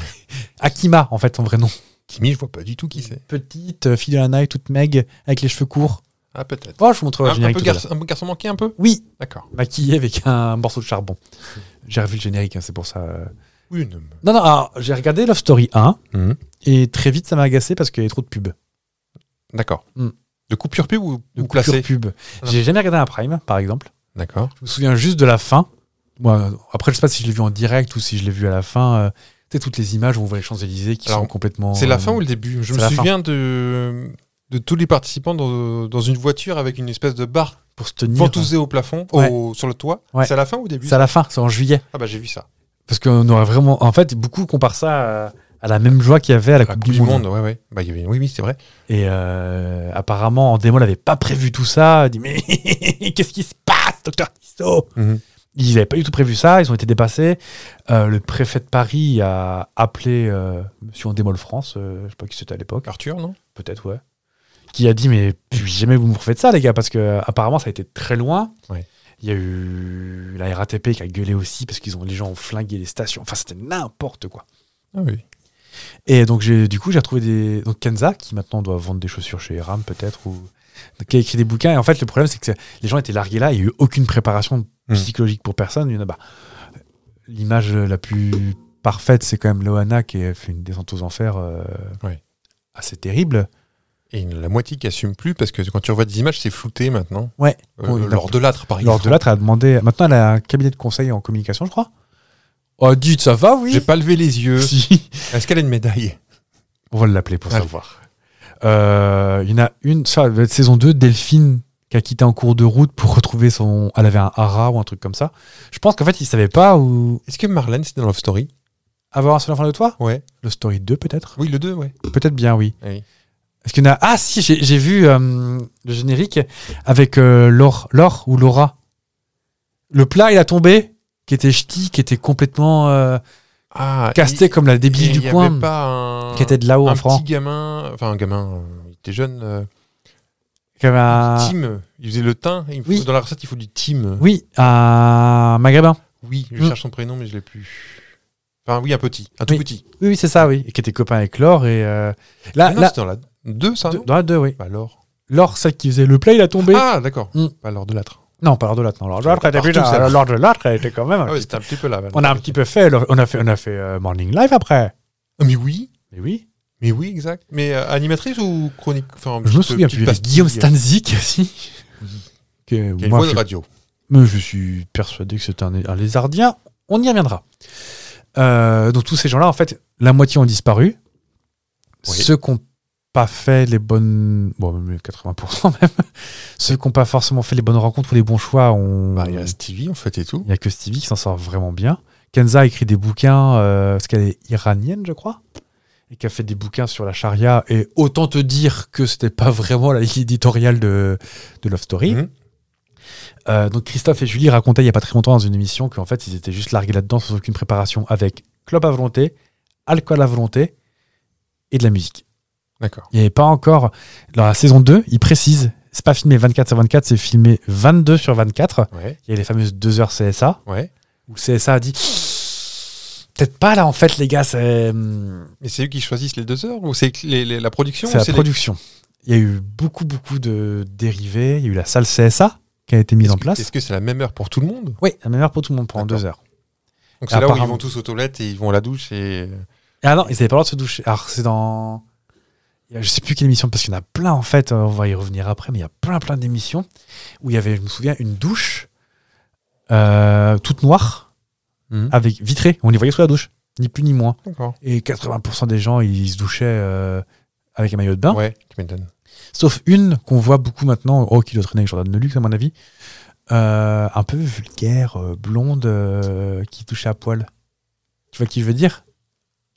Speaker 1: Akima, en fait, son vrai nom.
Speaker 2: Kimi, je vois pas du tout qui c'est.
Speaker 1: Petite euh, fille de la night, toute meg, avec les cheveux courts.
Speaker 2: Ah, peut-être.
Speaker 1: Oh, je vous montrerai le
Speaker 2: un, un
Speaker 1: générique.
Speaker 2: peu
Speaker 1: tout à l'heure.
Speaker 2: garçon, un peu garçon manqué, un peu
Speaker 1: Oui,
Speaker 2: D'accord.
Speaker 1: maquillé avec un morceau de charbon. J'ai revu le générique, hein, c'est pour ça. euh.
Speaker 2: Oui, non. mais-
Speaker 1: Non, non, alors, j'ai regardé Love Story 1.
Speaker 2: Mhm.
Speaker 1: Et très vite, ça m'a agacé parce qu'il y avait trop de pubs.
Speaker 2: D'accord.
Speaker 1: Hmm.
Speaker 2: De coupure pub ou,
Speaker 1: De
Speaker 2: ou placé
Speaker 1: coupures pubs. J'ai jamais regardé un Prime, par exemple.
Speaker 2: D'accord.
Speaker 1: Je me souviens juste de la fin. Moi, après, je sais pas si je l'ai vu en direct ou si je l'ai vu à la fin. euh, tu sais, toutes les images où on voit les Champs-Élysées qui
Speaker 2: Alors,
Speaker 1: sont complètement.
Speaker 2: C'est la
Speaker 1: euh,
Speaker 2: fin ou le début Je
Speaker 1: c'est
Speaker 2: me
Speaker 1: la fin.
Speaker 2: souviens de, de tous les participants dans, dans une voiture avec une espèce de barre
Speaker 1: Pour se tenir.
Speaker 2: ventousée au plafond,
Speaker 1: Ouais.
Speaker 2: au- sur le toit.
Speaker 1: Ouais.
Speaker 2: C'est à la fin ou au début
Speaker 1: C'est à la fin, c'est en juillet.
Speaker 2: Ah, bah j'ai vu ça.
Speaker 1: Parce qu'on aurait vraiment. En fait, beaucoup comparent ça à, à la même joie qu'il y avait à la,
Speaker 2: La Coupe du Monde, ouais, ouais. Bah, il y avait... Oui, oui, c'est vrai.
Speaker 1: Et euh, apparemment, Andemol n'avait pas prévu tout ça. Il dit Mais qu'est-ce qui se passe, docteur Tissot
Speaker 2: Mhm.
Speaker 1: Ils n'avaient pas du tout prévu ça, ils ont été dépassés. Euh, le préfet de Paris a appelé euh, monsieur Andemol France, euh, je sais pas qui c'était à l'époque,
Speaker 2: Arthur, non
Speaker 1: peut-être, ouais, qui a dit Mais puis jamais vous me refaites ça, les gars, parce que euh, apparemment, ça a été très loin.
Speaker 2: Ouais.
Speaker 1: Il y a eu la RATP qui a gueulé aussi parce qu'ils ont les gens ont flingué les stations. Enfin, c'était n'importe quoi.
Speaker 2: Ah oui.
Speaker 1: Et donc, j'ai, du coup, j'ai retrouvé des. Donc, Kenza, qui maintenant doit vendre des chaussures chez Ram, peut-être, ou. qui a écrit des bouquins. Et en fait, le problème, c'est que c'est- les gens étaient largués là. Il n'y a eu aucune préparation
Speaker 2: Mm.
Speaker 1: psychologique pour personne. Il y en a, bah, L'image la plus parfaite, c'est quand même Loana qui a fait une descente aux enfers euh,
Speaker 2: Ouais.
Speaker 1: assez terrible.
Speaker 2: Et il y en a la moitié qui assume plus parce que quand tu revois des images, c'est flouté maintenant.
Speaker 1: Ouais.
Speaker 2: Euh,
Speaker 1: Bon, il y en a-
Speaker 2: Lors de l'âtre, par exemple.
Speaker 1: Lors de l'autre, elle a demandé. Maintenant, elle a un cabinet de conseil en communication, je crois. Oh, dites, ça va, oui.
Speaker 2: J'ai pas levé les yeux.
Speaker 1: Si.
Speaker 2: Est-ce qu'elle a une médaille
Speaker 1: On va l'appeler pour
Speaker 2: Allez.
Speaker 1: savoir. Euh, il y en a une, ça, la saison 2, Delphine, qui a quitté en cours de route pour retrouver son. Elle avait un hara ou un truc comme ça. Je pense qu'en fait, ils savaient pas où.
Speaker 2: Est-ce que Marlène, c'est dans Love Story
Speaker 1: Avoir un seul enfant de toi
Speaker 2: Ouais.
Speaker 1: Le Story 2, peut-être
Speaker 2: Oui, le 2, ouais.
Speaker 1: Peut-être bien, oui.
Speaker 2: Oui.
Speaker 1: Est-ce qu'il y en a. Ah, si, j'ai j'ai vu euh, le générique avec euh, Laure, Laure ou Laura. Le plat, il a tombé. qui était ch'ti, qui était complètement euh,
Speaker 2: Ah,
Speaker 1: casté
Speaker 2: il-
Speaker 1: comme la débile
Speaker 2: il
Speaker 1: du
Speaker 2: y
Speaker 1: coin,
Speaker 2: avait pas un,
Speaker 1: qui était de là-haut
Speaker 2: un
Speaker 1: en France.
Speaker 2: petit gamin, enfin un gamin, euh, il était jeune, euh,
Speaker 1: Qui avait un-
Speaker 2: Tim, il faisait le teint. il faut-
Speaker 1: Ah. Oui.
Speaker 2: Dans la recette, il faut du Tim.
Speaker 1: Oui, un maghrébin.
Speaker 2: Oui, je
Speaker 1: Mm.
Speaker 2: cherche son prénom, mais je l'ai plus. Enfin, oui, un petit, un tout
Speaker 1: Oui.
Speaker 2: petit.
Speaker 1: Oui, oui, c'est ça, oui. Et qui était copain avec Laure. Et euh, là,
Speaker 2: Ah, non,
Speaker 1: là-
Speaker 2: c'est dans la 2, ça, non
Speaker 1: dans la 2, oui.
Speaker 2: Bah, alors.
Speaker 1: Laure, celle qui faisait le play, il a tombé.
Speaker 2: Ah, d'accord.
Speaker 1: Mm.
Speaker 2: Pas l'or de l'âtre.
Speaker 1: Non, pas Laure de l'autre. Non, Laure de l'autre, elle était
Speaker 2: Partout,
Speaker 1: plus là.
Speaker 2: celle-là.
Speaker 1: Laure de l'autre, elle était quand même.
Speaker 2: Ah, ouais, c'était un petit peu là. maintenant.
Speaker 1: on a un petit peu fait, le- on a fait, on a fait euh, Morning Live après.
Speaker 2: Ah, mais oui,
Speaker 1: Mais oui.
Speaker 2: mais oui, exact. Mais euh, animatrice ou chronique enfin,
Speaker 1: Je me
Speaker 2: petite-
Speaker 1: souviens plus.
Speaker 2: petite
Speaker 1: il y avait
Speaker 2: pastille,
Speaker 1: Guillaume
Speaker 2: euh, Mhm.
Speaker 1: Stanzik, si. Que
Speaker 2: qui a une
Speaker 1: moi,
Speaker 2: voix de
Speaker 1: je-
Speaker 2: radio.
Speaker 1: mais je suis persuadé que c'est un, un lézardien. On y reviendra. Euh, donc tous ces gens-là, en fait, la moitié ont disparu.
Speaker 2: Oui.
Speaker 1: Ceux qui n'ont pas fait les bonnes... Bon, même 80% même. Ceux qui n'ont pas forcément fait les bonnes rencontres ou les bons choix ont...
Speaker 2: Bah, il y a Stevie, en fait, et tout.
Speaker 1: Il n'y a que Stevie qui s'en sort vraiment bien. Kenza écrit des bouquins, euh, parce qu'elle est iranienne, je crois, et qui a fait des bouquins sur la charia. Et autant te dire que c'était pas vraiment la ligne éditoriale de, de Love Story.
Speaker 2: Mhm.
Speaker 1: Euh, donc Christophe et Julie racontaient il n'y a pas très longtemps dans une émission qu'en fait, ils étaient juste largués là-dedans sans aucune préparation avec club à volonté, alcool à volonté et de la musique.
Speaker 2: D'accord.
Speaker 1: Il n'y avait pas encore. Dans la saison 2, ils précisent. C'est pas filmé 24 sur 24, c'est filmé 22 sur 24.
Speaker 2: Ouais,
Speaker 1: Il y a les fameuses 2 heures CSA
Speaker 2: ouais.
Speaker 1: où le CSA a dit peut-être pas là en fait les gars c'est hum,
Speaker 2: Mais c'est eux qui choisissent les deux heures ou c'est les- les- la production
Speaker 1: c'est
Speaker 2: ou
Speaker 1: la
Speaker 2: c'est les-
Speaker 1: production. Il y a eu beaucoup beaucoup de dérivés, il y a eu la salle CSA qui a été mise en place.
Speaker 2: Est-ce que c'est la même heure pour tout le monde
Speaker 1: Oui, la même heure pour tout le monde pendant
Speaker 2: D'accord.
Speaker 1: deux heures.
Speaker 2: Donc c'est là où ils
Speaker 1: Apparemment.
Speaker 2: vont tous aux toilettes et ils vont à la douche et
Speaker 1: Ah non, ils n'avaient pas le droit de se doucher. Alors c'est dans il y a- je sais plus quelle émission parce qu'il y en a plein en fait, euh, on va y revenir après mais il y a plein plein d'émissions où il y avait je me souviens une douche euh, toute noire
Speaker 2: Mhm.
Speaker 1: avec vitrée, on les voyait sous la douche, ni plus ni moins.
Speaker 2: d'accord.
Speaker 1: Et 80% des gens, ils se douchaient euh, avec un maillot de bain.
Speaker 2: Ouais, tu m'étonnes.
Speaker 1: Sauf une qu'on voit beaucoup maintenant, oh, qui doit traîner avec Jordan Deluxe, à mon avis. Euh, un peu vulgaire, euh, blonde, euh, qui touchait à poil. Tu vois qui je veux dire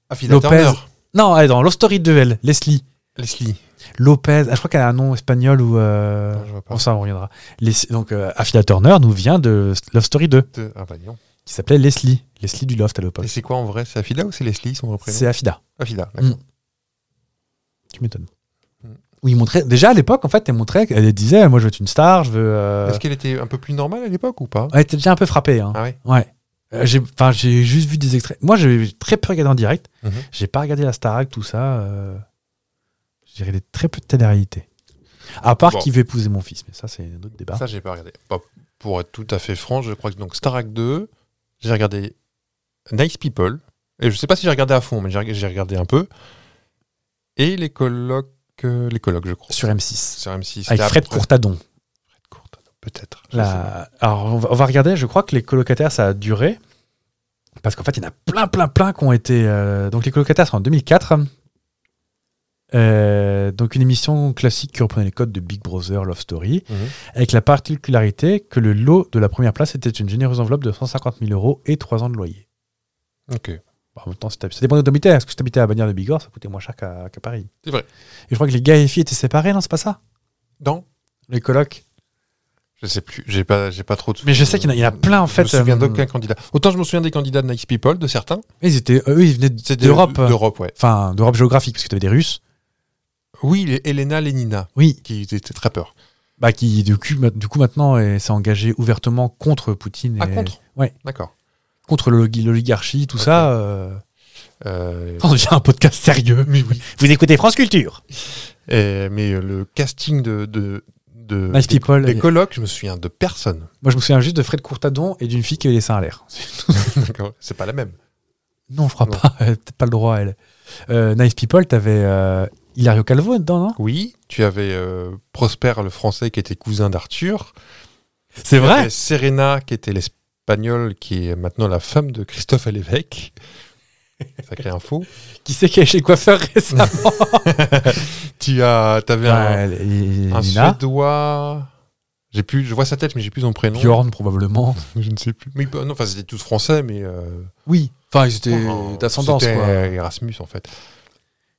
Speaker 2: Affida
Speaker 1: Lopez.
Speaker 2: Ah, Turner,
Speaker 1: Non, elle est dans Love Story 2, elle, Leslie.
Speaker 2: Leslie.
Speaker 1: Lopez, ah, je crois qu'elle a un nom espagnol ou. euh,
Speaker 2: Non, je vois pas.
Speaker 1: bon, ça, on reviendra. Les- donc, euh, Affida Turner nous vient de Love Story 2,
Speaker 2: De- Ah bah non.
Speaker 1: qui s'appelait Leslie. Leslie du Loft à
Speaker 2: Et
Speaker 1: l'époque.
Speaker 2: c'est quoi en vrai C'est Affida ou c'est Leslie son vrai prénom Ah,
Speaker 1: C'est Affida.
Speaker 2: Affida, d'accord.
Speaker 1: Tu m'étonnes.
Speaker 2: Mm.
Speaker 1: Où il montrait, déjà à l'époque, en fait, elle montrait, elle disait Moi, je veux être une star, je veux. euh,
Speaker 2: Est-ce qu'elle était un peu plus normale à l'époque ou pas
Speaker 1: Elle était déjà un peu frappée. Hein.
Speaker 2: Ah ouais
Speaker 1: Ouais. Euh, j'ai- Enfin, j'ai juste vu des extraits. Moi, j'ai très peu regardé en direct.
Speaker 2: Mhm.
Speaker 1: J'ai pas regardé la Starac, tout ça. euh, J'ai regardé très peu de télé-réalité. À part
Speaker 2: Bon.
Speaker 1: qui veut épouser mon fils, mais ça, c'est un autre débat.
Speaker 2: Ça, j'ai pas regardé. Bah, pour être tout à fait franc, je crois que donc Starac 2, j'ai regardé Nice People. Et je sais pas si j'ai regardé à fond, mais j'ai reg- j'ai regardé un peu. Et les colloques, euh, les colloques, je crois.
Speaker 1: Sur M6.
Speaker 2: Sur M6.
Speaker 1: Avec
Speaker 2: c'était
Speaker 1: Fred
Speaker 2: après-
Speaker 1: Courtadon.
Speaker 2: Fred Courtadon, peut-être. Je sais pas.
Speaker 1: La- Alors, on va, on va regarder. Je crois que les colocataires, ça a duré. Parce qu'en fait, il y en a plein, plein, plein qui ont été. euh, Donc, les colocataires, c'est en 2004. Euh, donc, une émission classique qui reprenait les codes de Big Brother, Love Story,
Speaker 2: Mhm.
Speaker 1: avec la particularité que le lot de la première place était une généreuse enveloppe de 150 000 euros et 3 ans de loyer.
Speaker 2: Ok.
Speaker 1: Bon, en même temps, si t'hab- ça dépend de t'habitais. Est-ce que si t'habitais à Bagnères de Bigorre, ça coûtait moins cher qu'à qu'à Paris
Speaker 2: C'est vrai.
Speaker 1: Et je crois que les gars et les filles étaient séparés, non C'est pas ça
Speaker 2: Non,
Speaker 1: Les colocs
Speaker 2: je sais plus. J'ai pas, j'ai pas trop de.
Speaker 1: Mais je sais qu'il y en a- il y en a plein, en fait,
Speaker 2: Je me souviens
Speaker 1: euh,
Speaker 2: d'aucun candidat. Autant je me souviens des candidats de Nice People, de certains.
Speaker 1: Ils étaient, eux, ils venaient
Speaker 2: C'est de-
Speaker 1: d'Europe.
Speaker 2: D'Europe, ouais.
Speaker 1: Enfin, d'Europe géographique, parce que t'avais des Russes.
Speaker 2: Oui, les Elena Lenina,
Speaker 1: Oui,
Speaker 2: qui était très peur.
Speaker 1: Bah, qui du coup, ma- du coup maintenant euh, s'est engagé ouvertement contre Poutine.
Speaker 2: Ah,
Speaker 1: et-
Speaker 2: contre
Speaker 1: Ouais.
Speaker 2: D'accord.
Speaker 1: Contre l'oli- l'oligarchie, tout
Speaker 2: Ok.
Speaker 1: ça. euh,
Speaker 2: Euh,
Speaker 1: On devient un podcast sérieux.
Speaker 2: mais oui.
Speaker 1: Vous écoutez France Culture
Speaker 2: Et- mais euh, le casting de, de, de-
Speaker 1: Nice
Speaker 2: des,
Speaker 1: People.
Speaker 2: des colloques, je me souviens de personne.
Speaker 1: Moi, je me souviens juste de Fred Courtadon et d'une fille qui avait les seins à l'air.
Speaker 2: D'accord. C'est pas la même.
Speaker 1: Non, je crois pas.
Speaker 2: Non.
Speaker 1: Elle a Peut-être pas le droit, elle. Euh, nice People, t'avais euh, Hilario Calvo dedans, non
Speaker 2: Oui, tu avais euh, Prosper, le français, qui était cousin d'Arthur.
Speaker 1: C'est
Speaker 2: Tu
Speaker 1: vrai
Speaker 2: avais Serena, qui était l'espagnole, qui est maintenant la femme de Christophe l'évêque. Sacré info.
Speaker 1: Euh, Qui c'est qui est chez le coiffeur récemment
Speaker 2: Tu as, avais un,
Speaker 1: Ouais, et- et
Speaker 2: un
Speaker 1: Nina.
Speaker 2: suédois. J'ai plus, je vois sa tête, mais j'ai plus son prénom.
Speaker 1: Bjorn, probablement.
Speaker 2: Je ne sais plus. Mais, bah, non, enfin, c'était tous français, mais. euh,
Speaker 1: Oui. Enfin, ils étaient
Speaker 2: oh,
Speaker 1: d'ascendance,
Speaker 2: c'était
Speaker 1: quoi.
Speaker 2: Erasmus, en fait.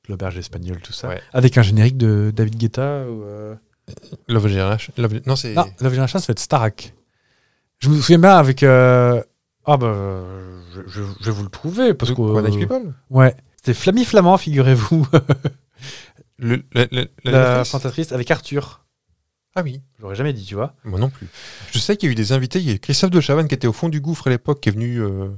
Speaker 1: L'auberge espagnole, tout ça.
Speaker 2: Ouais.
Speaker 1: Avec un générique de David Guetta ou. euh,
Speaker 2: Love Generation- Love- Non, c'est.
Speaker 1: Non, Love Generation, ça va être Starak. Je me souviens bien avec. euh, Ah bah, euh, je, je- je vais vous le trouver. Parce
Speaker 2: The
Speaker 1: que,
Speaker 2: One Eyed
Speaker 1: euh,
Speaker 2: People
Speaker 1: ouais. C'était Flammy Flamand, figurez-vous,
Speaker 2: Le- la- la-
Speaker 1: la
Speaker 2: la- l'actrice
Speaker 1: cantatrice avec Arthur.
Speaker 2: Ah oui,
Speaker 1: J'aurais jamais dit, tu vois.
Speaker 2: moi non plus. Je sais qu'il y a eu des invités. Il y a eu Christophe de Chavannes qui était au fond du gouffre à l'époque, qui est venu. euh,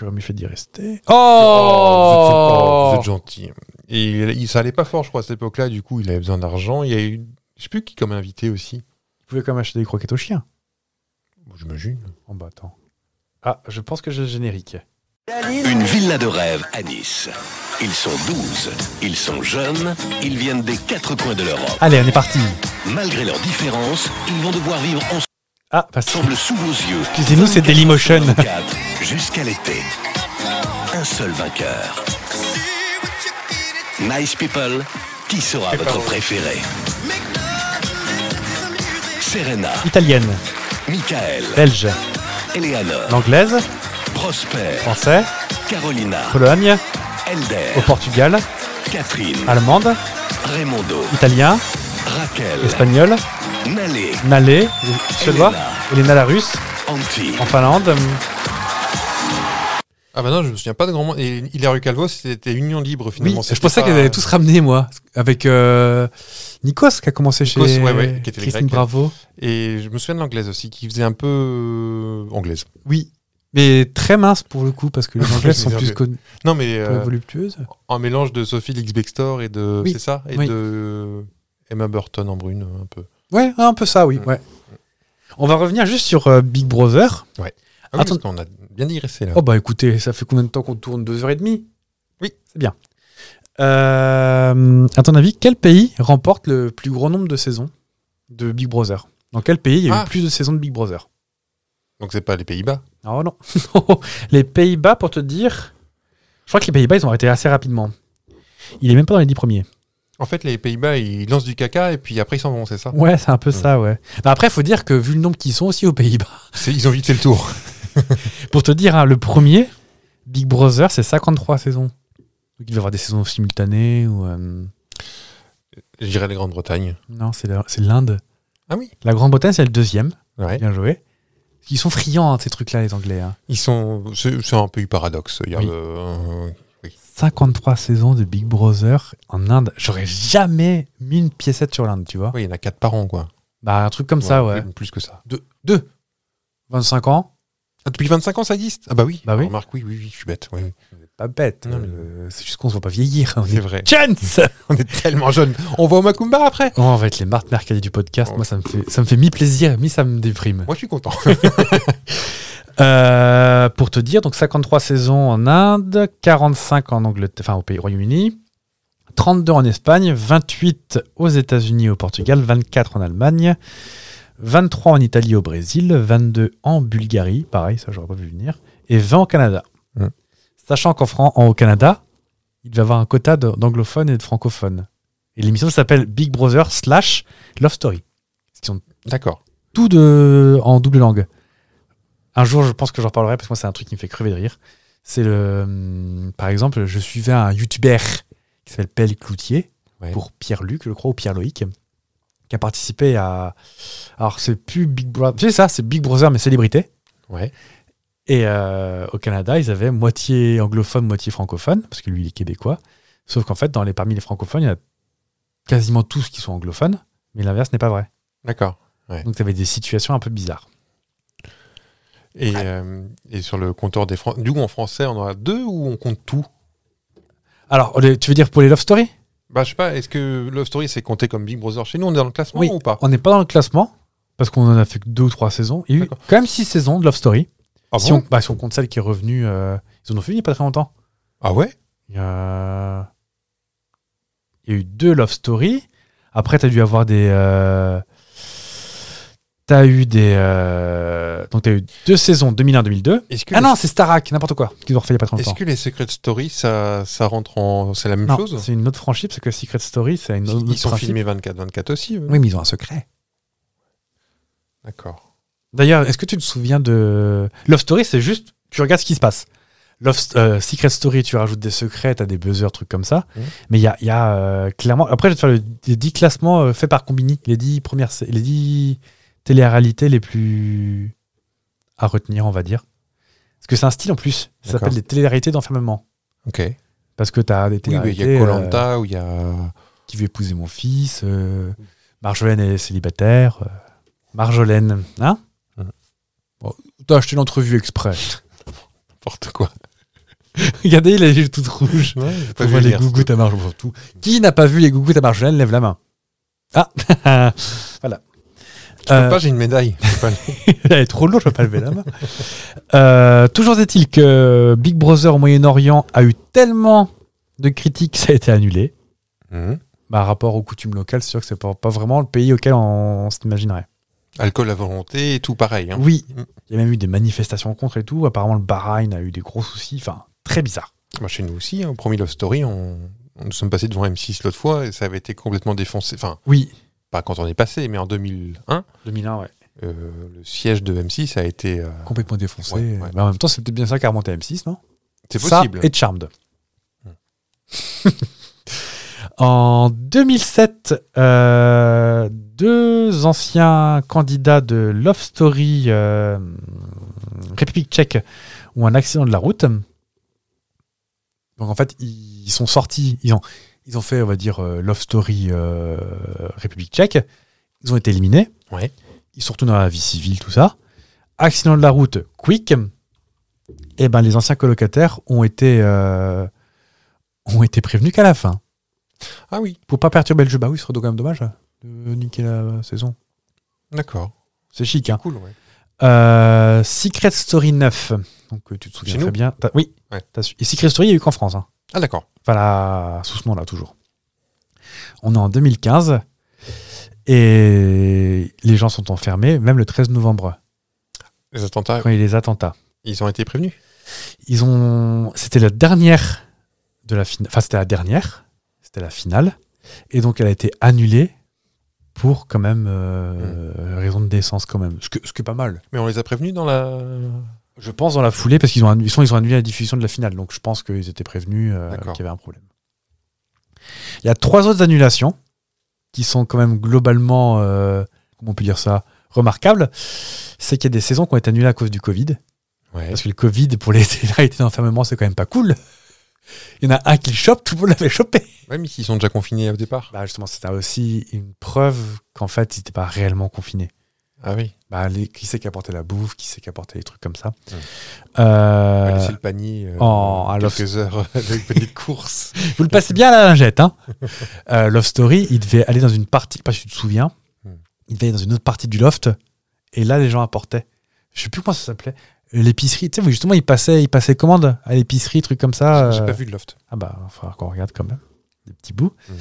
Speaker 1: J'aurais mieux fait d'y rester.
Speaker 2: Oh, vous êtes, oh, vous
Speaker 1: Oh,
Speaker 2: êtes gentil. Et il, il- ça allait pas fort, je crois, à cette époque-là. Du coup, il avait besoin d'argent. Il y a eu, je sais plus qui comme invité aussi.
Speaker 1: Vous pouvez quand même acheter des croquettes aux chiens.
Speaker 2: Bon, J'imagine.
Speaker 1: En bas, attends. Ah, je pense que j'ai le générique.
Speaker 7: Une villa de rêve à Nice. Ils sont 12, ils sont jeunes, ils viennent des quatre coins de l'Europe.
Speaker 1: Allez, on est parti.
Speaker 7: Malgré leurs différences, ils vont devoir vivre
Speaker 1: Ah, parce que
Speaker 7: ensemble sous vos yeux.
Speaker 1: Excusez-nous, c'est Dailymotion.
Speaker 7: 24, Jusqu'à l'été. Un seul vainqueur. Nice People, qui sera votre préféré Serena,
Speaker 1: italienne,
Speaker 7: Michael,
Speaker 1: belge,
Speaker 7: Eleanor,
Speaker 1: l'anglaise,
Speaker 7: Prosper,
Speaker 1: français,
Speaker 7: Carolina,
Speaker 1: Pologne, au
Speaker 7: Elder,
Speaker 1: Portugal,
Speaker 7: Catherine,
Speaker 1: allemande,
Speaker 7: Raimondo,
Speaker 1: italien,
Speaker 7: Raquel,
Speaker 1: espagnol,
Speaker 7: Nalé,
Speaker 1: nalais, suédois, Elena la russe,
Speaker 7: Anti,
Speaker 1: en Finlande. hum,
Speaker 2: Ah bah non, je me souviens pas de grand monde. Et Hilaire Calvo, c'était Union Libre
Speaker 1: Oui,
Speaker 2: finalement.
Speaker 1: je pensais qu'elle allait tous ramener, moi. Avec euh, Nikos qui a commencé
Speaker 2: Nikos,
Speaker 1: chez
Speaker 2: ouais, ouais, qui était les
Speaker 1: Christine
Speaker 2: Grecs.
Speaker 1: Bravo.
Speaker 2: Et je me souviens de l'anglaise aussi, qui faisait un peu euh, anglaise.
Speaker 1: Oui, mais très mince pour le coup, parce que les Anglaises sont plus connues
Speaker 2: Non, mais
Speaker 1: pour les
Speaker 2: euh,
Speaker 1: voluptueuses.
Speaker 2: un mélange de Sophie Lixbextor et de.
Speaker 1: Oui.
Speaker 2: C'est ça Et
Speaker 1: Oui.
Speaker 2: de Emma Burton en brune, un peu. Ah
Speaker 1: Ouais, un peu ça, oui. Ouais. On va revenir juste sur euh, Big Brother.
Speaker 2: Ah oui,
Speaker 1: Attends.
Speaker 2: parce qu'on a bien digressé là.
Speaker 1: Oh bah écoutez, ça fait combien de temps qu'on tourne Deux heures et demie
Speaker 2: Oui.
Speaker 1: C'est bien. Euh, à ton avis, quel pays remporte le plus grand nombre de saisons de Big Brother Dans quel pays il y a
Speaker 2: Ah.
Speaker 1: eu plus de saisons de Big Brother
Speaker 2: Donc c'est pas les Pays-Bas.
Speaker 1: Oh non. les Pays-Bas, pour te dire, je crois que les Pays-Bas, ils ont arrêté assez rapidement. Il est même pas dans les dix premiers.
Speaker 2: En fait, les Pays-Bas, ils lancent du caca et puis après ils s'en vont, c'est ça
Speaker 1: Ouais, c'est un peu ça, ouais. Bah après, faut dire que vu le nombre qu'ils sont aussi aux Pays-Bas,
Speaker 2: C'est- Ils ont vite fait le tour.
Speaker 1: pour te dire, hein, le premier, Big Brother, c'est 53 saisons. Donc il va y avoir des saisons simultanées ou... euh,
Speaker 2: Je dirais la Grande-Bretagne.
Speaker 1: Non, c'est la- c'est l'Inde.
Speaker 2: Ah oui
Speaker 1: La Grande-Bretagne, c'est le deuxième.
Speaker 2: Ouais.
Speaker 1: Bien joué. Ils sont friands, hein, de ces trucs-là, les Anglais. hein.
Speaker 2: Ils sont. C'est c'est un pays paradoxe. Il y a
Speaker 1: Oui.
Speaker 2: le-
Speaker 1: 53 saisons de Big Brother en Inde. J'aurais jamais mis une piécette sur l'Inde, tu vois.
Speaker 2: Ouais, il y en a quatre par an, quoi.
Speaker 1: Bah, un truc comme ça, ouais.
Speaker 2: plus- Plus que ça.
Speaker 1: Deux. Deux. 25 ans
Speaker 2: Ah, depuis 25 ans, ça existe Ah bah oui.
Speaker 1: Bah oui.
Speaker 2: Remarque, oui, oui, oui, je suis bête. oui, oui.
Speaker 1: Pas bête.
Speaker 2: Non, mais-
Speaker 1: Euh, c'est juste qu'on se voit pas vieillir. On
Speaker 2: C'est
Speaker 1: est
Speaker 2: vrai.
Speaker 1: Chance
Speaker 2: On est tellement jeunes. On va au Macumba après
Speaker 1: Oh, On va être les Marthe Mercadier du podcast. Moi, ça me fait, ça me fait mi-plaisir, mi-ça me déprime.
Speaker 2: Moi, je suis content.
Speaker 1: Euh, pour te dire, donc 53 saisons en Inde, 45 en Angleterre, enfin au pays Royaume-Uni, 32 en Espagne, 28 aux États-Unis et au Portugal, 24 en Allemagne, 23 en Italie et au Brésil, 22 en Bulgarie, pareil, ça j'aurais pas vu venir, et 20 au Canada.
Speaker 2: Mm.
Speaker 1: Sachant qu'en Fran- en- au Canada, il va y avoir un quota de- d'anglophones et de francophones. Et l'émission s'appelle Big Brother slash Love Story. Parce qu'ils ont
Speaker 2: D'accord.
Speaker 1: tout de, en double langue. Un jour, je pense que j'en parlerai parce que moi, c'est un truc qui me fait crever de rire. C'est le. hum, Par exemple, je suivais un youtubeur qui s'appelle Pelle Cloutier
Speaker 2: Ouais.
Speaker 1: pour Pierre-Luc, je crois, ou Pierre-Loïc, qui a participé à. Alors, c'est plus Big Brother. Tu sais ça, c'est Big Brother, mais célébrité.
Speaker 2: Ouais.
Speaker 1: Et euh, au Canada, ils avaient moitié anglophone, moitié francophone, parce que lui, il est québécois. Sauf qu'en fait, dans les, parmi les francophones, il y en a quasiment tous qui sont anglophones, mais l'inverse n'est pas vrai.
Speaker 2: D'accord.
Speaker 1: Donc, tu avais des situations un peu bizarres.
Speaker 2: Et, euh, et sur le compteur des Français. Du coup, en français, on en a deux ou on compte tout
Speaker 1: Alors, les- tu veux dire pour les Love Story
Speaker 2: Bah, je sais pas. Est-ce que Love Story, c'est compté comme Big Brother chez nous On est dans le classement
Speaker 1: Oui.
Speaker 2: ou pas
Speaker 1: On n'est pas dans le classement, parce qu'on en a fait que deux ou trois saisons. Il y a eu
Speaker 2: D'accord.
Speaker 1: quand même six saisons de Love Story.
Speaker 2: ah,
Speaker 1: si,
Speaker 2: bon
Speaker 1: on, bah, si on compte celle qui est revenue, euh, ils en ont fait une il n'y a pas très longtemps.
Speaker 2: ah ouais
Speaker 1: Il y a, il y a eu deux Love Story. Après, tu as dû avoir des. euh, T'as eu des. euh, Donc, t'as eu deux saisons, 2001-2002.
Speaker 2: Est-ce que,
Speaker 1: Ah
Speaker 2: les-
Speaker 1: non, c'est Starak, n'importe quoi, qu'ils ont refait il n'y a pas très
Speaker 2: est-ce
Speaker 1: longtemps.
Speaker 2: que les Secret Story, ça, ça rentre en. C'est la même
Speaker 1: Non,
Speaker 2: chose
Speaker 1: c'est une autre franchise, parce que Secret Story, c'est une autre.
Speaker 2: Ils sont
Speaker 1: principe.
Speaker 2: filmés 24-24 aussi. eux.
Speaker 1: Oui, mais ils ont un secret.
Speaker 2: D'accord.
Speaker 1: D'ailleurs, est-ce que tu te souviens de Love Story C'est juste, tu regardes ce qui se passe. Love, euh, Secret Story, tu rajoutes des secrets, t'as des buzzers, trucs comme ça.
Speaker 2: Mhm.
Speaker 1: Mais il y a, il y a, euh, clairement. Après, je vais te faire le- les 10 classements euh, faits par Combini, les 10 premières, sé- les 10 télé-réalités les plus à retenir, on va dire. Parce que c'est un style en plus. Ça
Speaker 2: D'accord.
Speaker 1: s'appelle des télé-réalités d'enfermement.
Speaker 2: Ok. Oui,
Speaker 1: Parce que t'as des
Speaker 2: mais il
Speaker 1: télé-réalités.
Speaker 2: y a
Speaker 1: euh,
Speaker 2: Colanta où il y a.
Speaker 1: qui veut épouser mon fils. euh, Marjolaine est célibataire. euh, Marjolaine, hein
Speaker 2: Mhm.
Speaker 1: Bon, T'as acheté l'entrevue exprès.
Speaker 2: N'importe quoi.
Speaker 1: Regardez, il a les yeux tout rouge.
Speaker 2: Ouais,
Speaker 1: On voit les gougouttes à Marjolaine. surtout. Qui n'a pas vu les gougouttes à Marjolaine Lève la main. Ah Voilà. Euh,
Speaker 2: Pas j'ai une médaille.
Speaker 1: Elle est trop lourde, je ne peux pas lever la main. Euh, toujours est-il que Big Brother au Moyen-Orient a eu tellement de critiques que ça a été annulé.
Speaker 2: Mhm.
Speaker 1: Par Bah, rapport aux coutumes locales, c'est sûr que c'est pas, pas vraiment le pays auquel on, s'imaginerait.
Speaker 2: Alcool à volonté et tout pareil. hein.
Speaker 1: Oui,
Speaker 2: Mm.
Speaker 1: il y a même eu des manifestations contre et tout. Apparemment, le Bahreïn a eu des gros soucis. Enfin, très bizarre.
Speaker 2: Bah, chez nous aussi, hein, premier Love Story, on... on- nous sommes passés devant M6 l'autre fois et ça avait été complètement défoncé. Enfin,
Speaker 1: Oui,
Speaker 2: pas quand on est passé, mais en 2001,
Speaker 1: 2001, ouais.
Speaker 2: euh, le siège de M6 a été. euh,
Speaker 1: Complètement défoncé.
Speaker 2: Ouais, ouais.
Speaker 1: Mais en même temps, c'est peut-être bien ça qui a remonté à M6, non
Speaker 2: C'est possible.
Speaker 1: Ça et Charmed. en 2007, euh, deux anciens candidats de Love Story euh, République tchèque ont un accident de la route. Donc en fait, ils sont sortis, ils ont, ils ont fait, on va dire, euh, Love Story euh, République tchèque. Ils ont été éliminés.
Speaker 2: Ouais.
Speaker 1: Ils sont retournés dans la vie civile, tout ça. Accident de la route, quick eh ben, les anciens colocataires ont été, euh, ont été prévenus qu'à la fin.
Speaker 2: Ah oui,
Speaker 1: Pour pas perturber le jeu, bah oui, ce serait quand même dommage hein, de niquer la saison.
Speaker 2: d'accord.
Speaker 1: C'est chic. Hein.
Speaker 2: Cool, ouais.
Speaker 1: Euh, Secret Story 9. Donc euh, tu te souviens
Speaker 2: Chez
Speaker 1: très
Speaker 2: nous
Speaker 1: bien. T'as- Oui.
Speaker 2: Ouais.
Speaker 1: t'as su- Et Secret Story, il n'y a eu qu'en France. hein.
Speaker 2: Ah d'accord.
Speaker 1: Enfin, là, sous ce nom-là, toujours. On est en 2015. Et les gens sont enfermés, même le 13 novembre,
Speaker 2: Les attentats,
Speaker 1: quand il y a eu les attentats.
Speaker 2: ils ont été prévenus.
Speaker 1: Ils ont. C'était la dernière de la finale. Enfin, c'était la dernière. C'était la finale. Et donc, elle a été annulée pour quand même euh, raison de décence quand même. Ce, que, ce qui est pas mal.
Speaker 2: Mais on les a prévenus dans la.
Speaker 1: Je pense dans la foulée parce qu'ils ont, annu- ils sont, ils ont annulé la diffusion de la finale. Donc, je pense qu'ils étaient prévenus euh,
Speaker 2: D'accord.
Speaker 1: qu'il y avait un problème. Il y a trois autres annulations qui sont quand même globalement, euh, comment on peut dire ça, remarquables. C'est qu'il y a des saisons qui ont été annulées à cause du Covid.
Speaker 2: Ouais.
Speaker 1: Parce que le Covid, pour les télé d'enfermement, c'est quand même pas cool. Il y en a un qui le chope, tout le monde l'avait chopé.
Speaker 2: Ouais, mais ils sont déjà confinés au départ.
Speaker 1: Bah justement, c'était aussi une preuve qu'en fait, ils n'étaient pas réellement confinés.
Speaker 2: Ah oui.
Speaker 1: Bah, les- qui c'est qui a porté la bouffe, qui c'est qui a porté les trucs comme ça.
Speaker 2: Mm.
Speaker 1: Euh,
Speaker 2: On va laisser le panier euh,
Speaker 1: en- à
Speaker 2: quelques heures de panier de course.
Speaker 1: vous le passez bien à la lingette. Hein Euh, Love Story, il devait aller dans une partie, je sais pas si tu te souviens,
Speaker 2: Mm.
Speaker 1: il devait aller dans une autre partie du loft, et là, les gens apportaient. Je sais plus comment ça s'appelait. L'épicerie, tu sais, justement, ils passaient, ils passaient commande à l'épicerie, truc comme ça.
Speaker 2: J'ai
Speaker 1: euh,
Speaker 2: pas vu de loft.
Speaker 1: Ah bah, il va falloir qu'on regarde quand même. Des petits bouts.
Speaker 2: Mhm.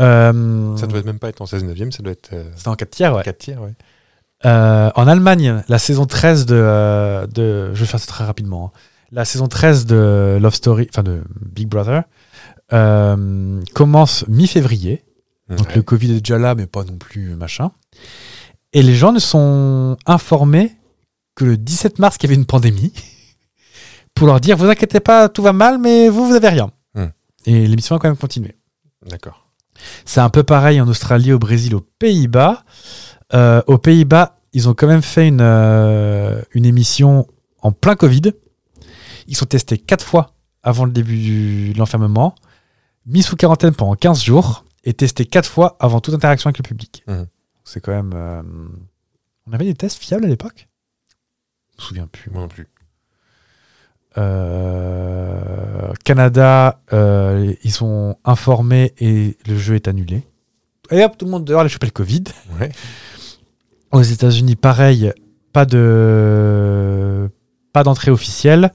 Speaker 1: Euh,
Speaker 2: Ça doit même pas être en 16 9 ça doit être euh,
Speaker 1: C'était en 4 tiers, ouais.
Speaker 2: 4 tiers, ouais.
Speaker 1: Euh, en Allemagne, la saison 13 de, euh, de. Je vais faire ça très rapidement. hein. La saison 13 de Love Story, enfin de Big Brother, euh, commence mi-février. Donc
Speaker 2: Ouais.
Speaker 1: le Covid est déjà là, mais pas non plus euh, machin. Et les gens ne sont informés que le 17 mars qu'il y avait une pandémie pour leur dire vous inquiétez pas, tout va mal, mais vous, vous avez rien.
Speaker 2: Mhm.
Speaker 1: Et l'émission a quand même continué.
Speaker 2: D'accord.
Speaker 1: C'est un peu pareil en Australie, au Brésil, aux Pays-Bas. Euh, aux Pays-Bas, ils ont quand même fait une, euh, une émission en plein Covid. Ils sont testés quatre fois avant le début du- de l'enfermement, mis sous quarantaine pendant 15 jours et testés quatre fois avant toute interaction avec le public.
Speaker 2: Mhm.
Speaker 1: C'est quand même. euh, on avait des tests fiables à l'époque Je me souviens plus.
Speaker 2: Moi non plus.
Speaker 1: Euh, Canada, euh, ils sont informés et le jeu est annulé. Et hop, tout le monde dehors, les chopé le Covid.
Speaker 2: Ouais.
Speaker 1: Aux États-Unis, pareil, pas de pas d'entrée officielle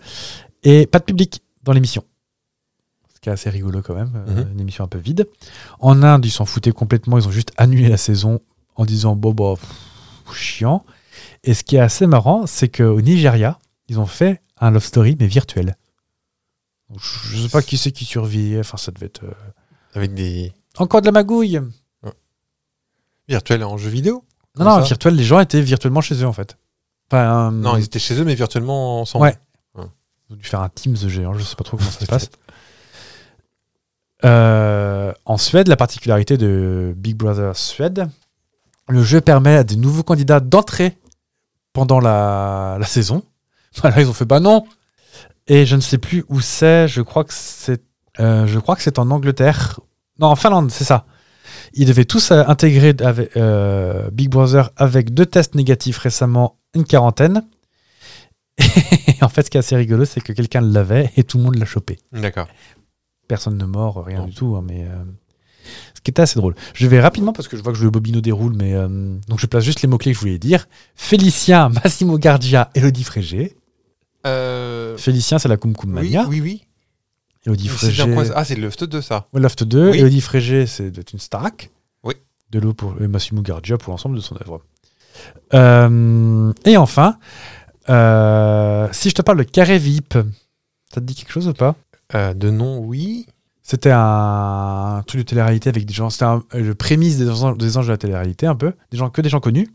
Speaker 1: et pas de public dans l'émission. Ce qui est assez rigolo quand même, euh, une émission un peu vide. En Inde, ils s'en foutaient complètement, ils ont juste annulé la saison en disant bon bah pff, chiant. Et ce qui est assez marrant, c'est qu'au Nigeria, ils ont fait un love story mais virtuel. Donc, Je je sais pas qui c'est qui survit, enfin ça devait être euh,
Speaker 2: Avec des
Speaker 1: encore de la magouille.
Speaker 2: virtuels en jeu vidéo
Speaker 1: Non
Speaker 2: Comme
Speaker 1: non,
Speaker 2: ça
Speaker 1: virtuel, les gens étaient virtuellement chez eux en fait. Enfin,
Speaker 2: Non,
Speaker 1: euh,
Speaker 2: ils étaient chez eux, mais virtuellement ensemble.
Speaker 1: Ouais.
Speaker 2: Ouais.
Speaker 1: Ils ont dû faire un Teams géant, je sais pas trop comment ça se passe. Euh, en Suède, la particularité de Big Brother Suède, le jeu permet à des nouveaux candidats d'entrer pendant la, la saison. Enfin, là, ils ont fait bah non, Et je ne sais plus où c'est. Je crois que c'est, euh, je crois que c'est en Angleterre. Non, en Finlande, c'est ça. Ils devaient tous euh, intégrer avec, euh, Big Brother avec deux tests négatifs récemment, une quarantaine. Et en fait, ce qui est assez rigolo, c'est que quelqu'un l'avait et tout le monde l'a chopé.
Speaker 2: D'accord.
Speaker 1: Personne ne mort, rien du tout. hein, mais euh, ce qui était assez drôle. Je vais rapidement parce que je vois que le bobino déroule, mais euh, donc je place juste les mots clés que je voulais dire. Félicien, Massimo Gardia, Elodie Frégé.
Speaker 2: Euh,
Speaker 1: Félicien, c'est la Cum Cum
Speaker 2: oui,
Speaker 1: Mania.
Speaker 2: oui, oui.
Speaker 1: Elodie
Speaker 2: C'est
Speaker 1: Frégé.
Speaker 2: bien coin- Ah, c'est le Loft 2, ça.
Speaker 1: Well Loft 2.
Speaker 2: Oui.
Speaker 1: Elodie Frégé, c'est de- une starak.
Speaker 2: Oui.
Speaker 1: De l'eau pour et Massimo Gardia pour l'ensemble de son œuvre. Euh, et enfin, euh, si je te parle de Carré VIP, ça te dit quelque chose ou pas
Speaker 2: Euh, de nom, oui.
Speaker 1: C'était un, truc de télé-réalité avec des gens. C'était un- euh, le prémisse des, anges- des anges de la télé-réalité, un peu. Des gens, que des gens connus.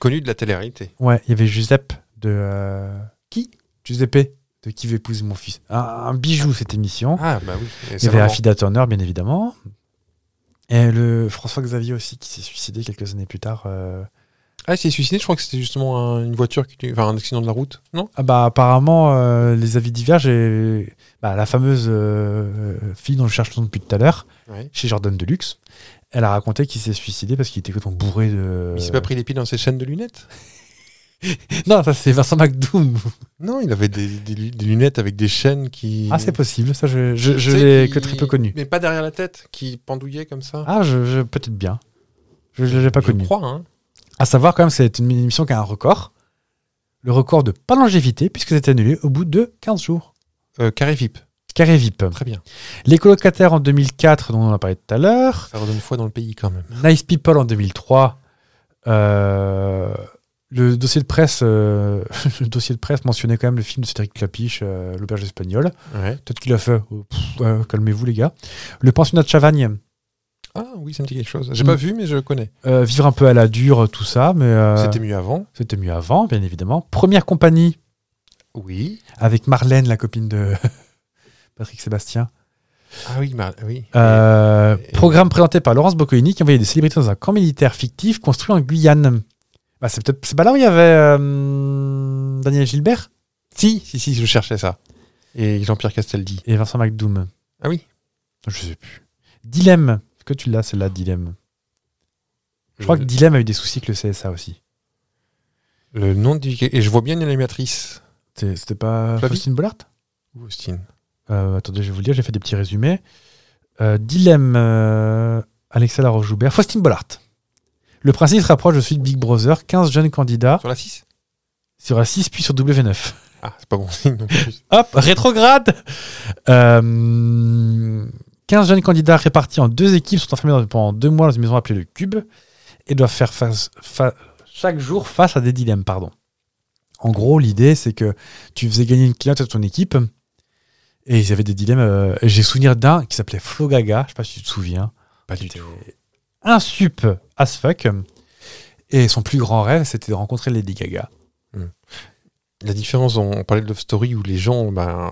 Speaker 2: Connu de la télé-réalité.
Speaker 1: Ouais, il y avait Giuseppe de. euh, qui Giuseppe de Qui veut épouser mon fils. Un, un bijou, cette émission.
Speaker 2: Ah, bah
Speaker 1: Oh. il
Speaker 2: oui. Et
Speaker 1: y
Speaker 2: c'est
Speaker 1: avait
Speaker 2: vraiment-
Speaker 1: Affida Turner, bien évidemment. Et le François Xavier aussi, qui s'est suicidé quelques années plus tard. euh.
Speaker 2: Ah, il s'est suicidé, je crois que c'était justement un- une voiture, qui... enfin un accident de la route, non
Speaker 1: Ah bah, apparemment, euh, les avis divergent et. bah, la fameuse euh, fille dont je cherche le nom depuis tout à l'heure,
Speaker 2: Ouais.
Speaker 1: chez Jordan Deluxe, elle a raconté qu'il s'est suicidé parce qu'il était complètement bourré de.
Speaker 2: Il s'est pas pris les pieds dans ses chaînes de lunettes
Speaker 1: Non, ça c'est Vincent
Speaker 2: Mm.
Speaker 1: McDoom.
Speaker 2: Non, il avait des, des lu- des lunettes avec des chaînes qui.
Speaker 1: Ah, c'est possible, ça je, je, je
Speaker 2: Tu sais,
Speaker 1: l'ai
Speaker 2: qui-
Speaker 1: que très peu connu.
Speaker 2: Mais pas derrière la tête, qui pendouillait comme ça.
Speaker 1: Ah, je, je- peut-être bien. Je ne l'ai pas
Speaker 2: je
Speaker 1: connu.
Speaker 2: crois, hein.
Speaker 1: À savoir quand même, c'est une émission qui a un record. Le record de pas longévité, puisque c'était annulé au bout de 15 jours.
Speaker 2: Euh, carré VIP.
Speaker 1: Carré VIP.
Speaker 2: Très bien.
Speaker 1: Les colocataires en 2004, dont on a parlé tout à l'heure.
Speaker 2: Ça redonne foi dans le pays quand même.
Speaker 1: Nice People en 2003. Euh, le dossier de presse, euh, le dossier de presse mentionnait quand même le film de Cédric Clapiche, euh, l'auberge espagnole.
Speaker 2: Ouais.
Speaker 1: Peut-être qu'il a fait. oh, pff, ouais, calmez-vous les gars. Le pensionnat de Chavagne.
Speaker 2: Ah oui, ça me dit quelque chose. J'ai
Speaker 1: Mm.
Speaker 2: pas vu, mais je connais.
Speaker 1: Euh, vivre un peu à la dure, tout ça, mais euh,
Speaker 2: C'était mieux avant.
Speaker 1: c'était mieux avant, bien évidemment. Première compagnie
Speaker 2: Oui.
Speaker 1: avec Marlène, la copine de Patrick Sébastien.
Speaker 2: Ah oui, Mar- oui.
Speaker 1: Euh,
Speaker 2: Et-
Speaker 1: Programme présenté par Laurence Boccolini qui envoyait des célébrités dans un camp militaire fictif construit en Guyane. Bah, c'est peut-être c'est pas là où il y avait euh, Daniel Gilbert
Speaker 2: Si, si, si, je cherchais ça. Et Jean-Pierre Castaldi.
Speaker 1: et Vincent McDoom.
Speaker 2: Ah oui.
Speaker 1: Je sais plus. Dilemme. Est-ce que tu l'as, celle-là, Dilemme Je crois que
Speaker 2: le,
Speaker 1: Dilemme a eu des soucis avec le CSA aussi.
Speaker 2: le nom du et je vois bien une animatrice.
Speaker 1: C'est- C'était pas
Speaker 2: Flavie
Speaker 1: Faustine Bollard
Speaker 2: Ou Austin.
Speaker 1: Euh, attendez, je vais vous le dire, j'ai fait des petits résumés. Euh, Dilemme, euh, Alexa Laroche-Joubert, Faustine Bollard. Le principe se rapproche de celui de Big Brother, 15 jeunes candidats
Speaker 2: Sur la 6
Speaker 1: sur A6 puis sur W9.
Speaker 2: Ah, c'est pas bon signe non plus.
Speaker 1: Hop, rétrograde Euh, 15 jeunes candidats répartis en deux équipes sont enfermés dans- pendant deux mois dans une maison appelée le Cube et doivent faire face, fa- chaque jour face à des dilemmes. Pardon. En gros, l'idée, c'est que tu faisais gagner une cliente à ton équipe et ils avaient des dilemmes. euh, J'ai souvenir d'un qui s'appelait Flo Gaga, je sais pas si tu te souviens.
Speaker 2: Pas
Speaker 1: qui
Speaker 2: du
Speaker 1: était
Speaker 2: tout.
Speaker 1: Un sup as fuck. Et son plus grand rêve, c'était de rencontrer Lady Gaga.
Speaker 2: La différence, on, on parlait de Love Story où les gens, ben, euh,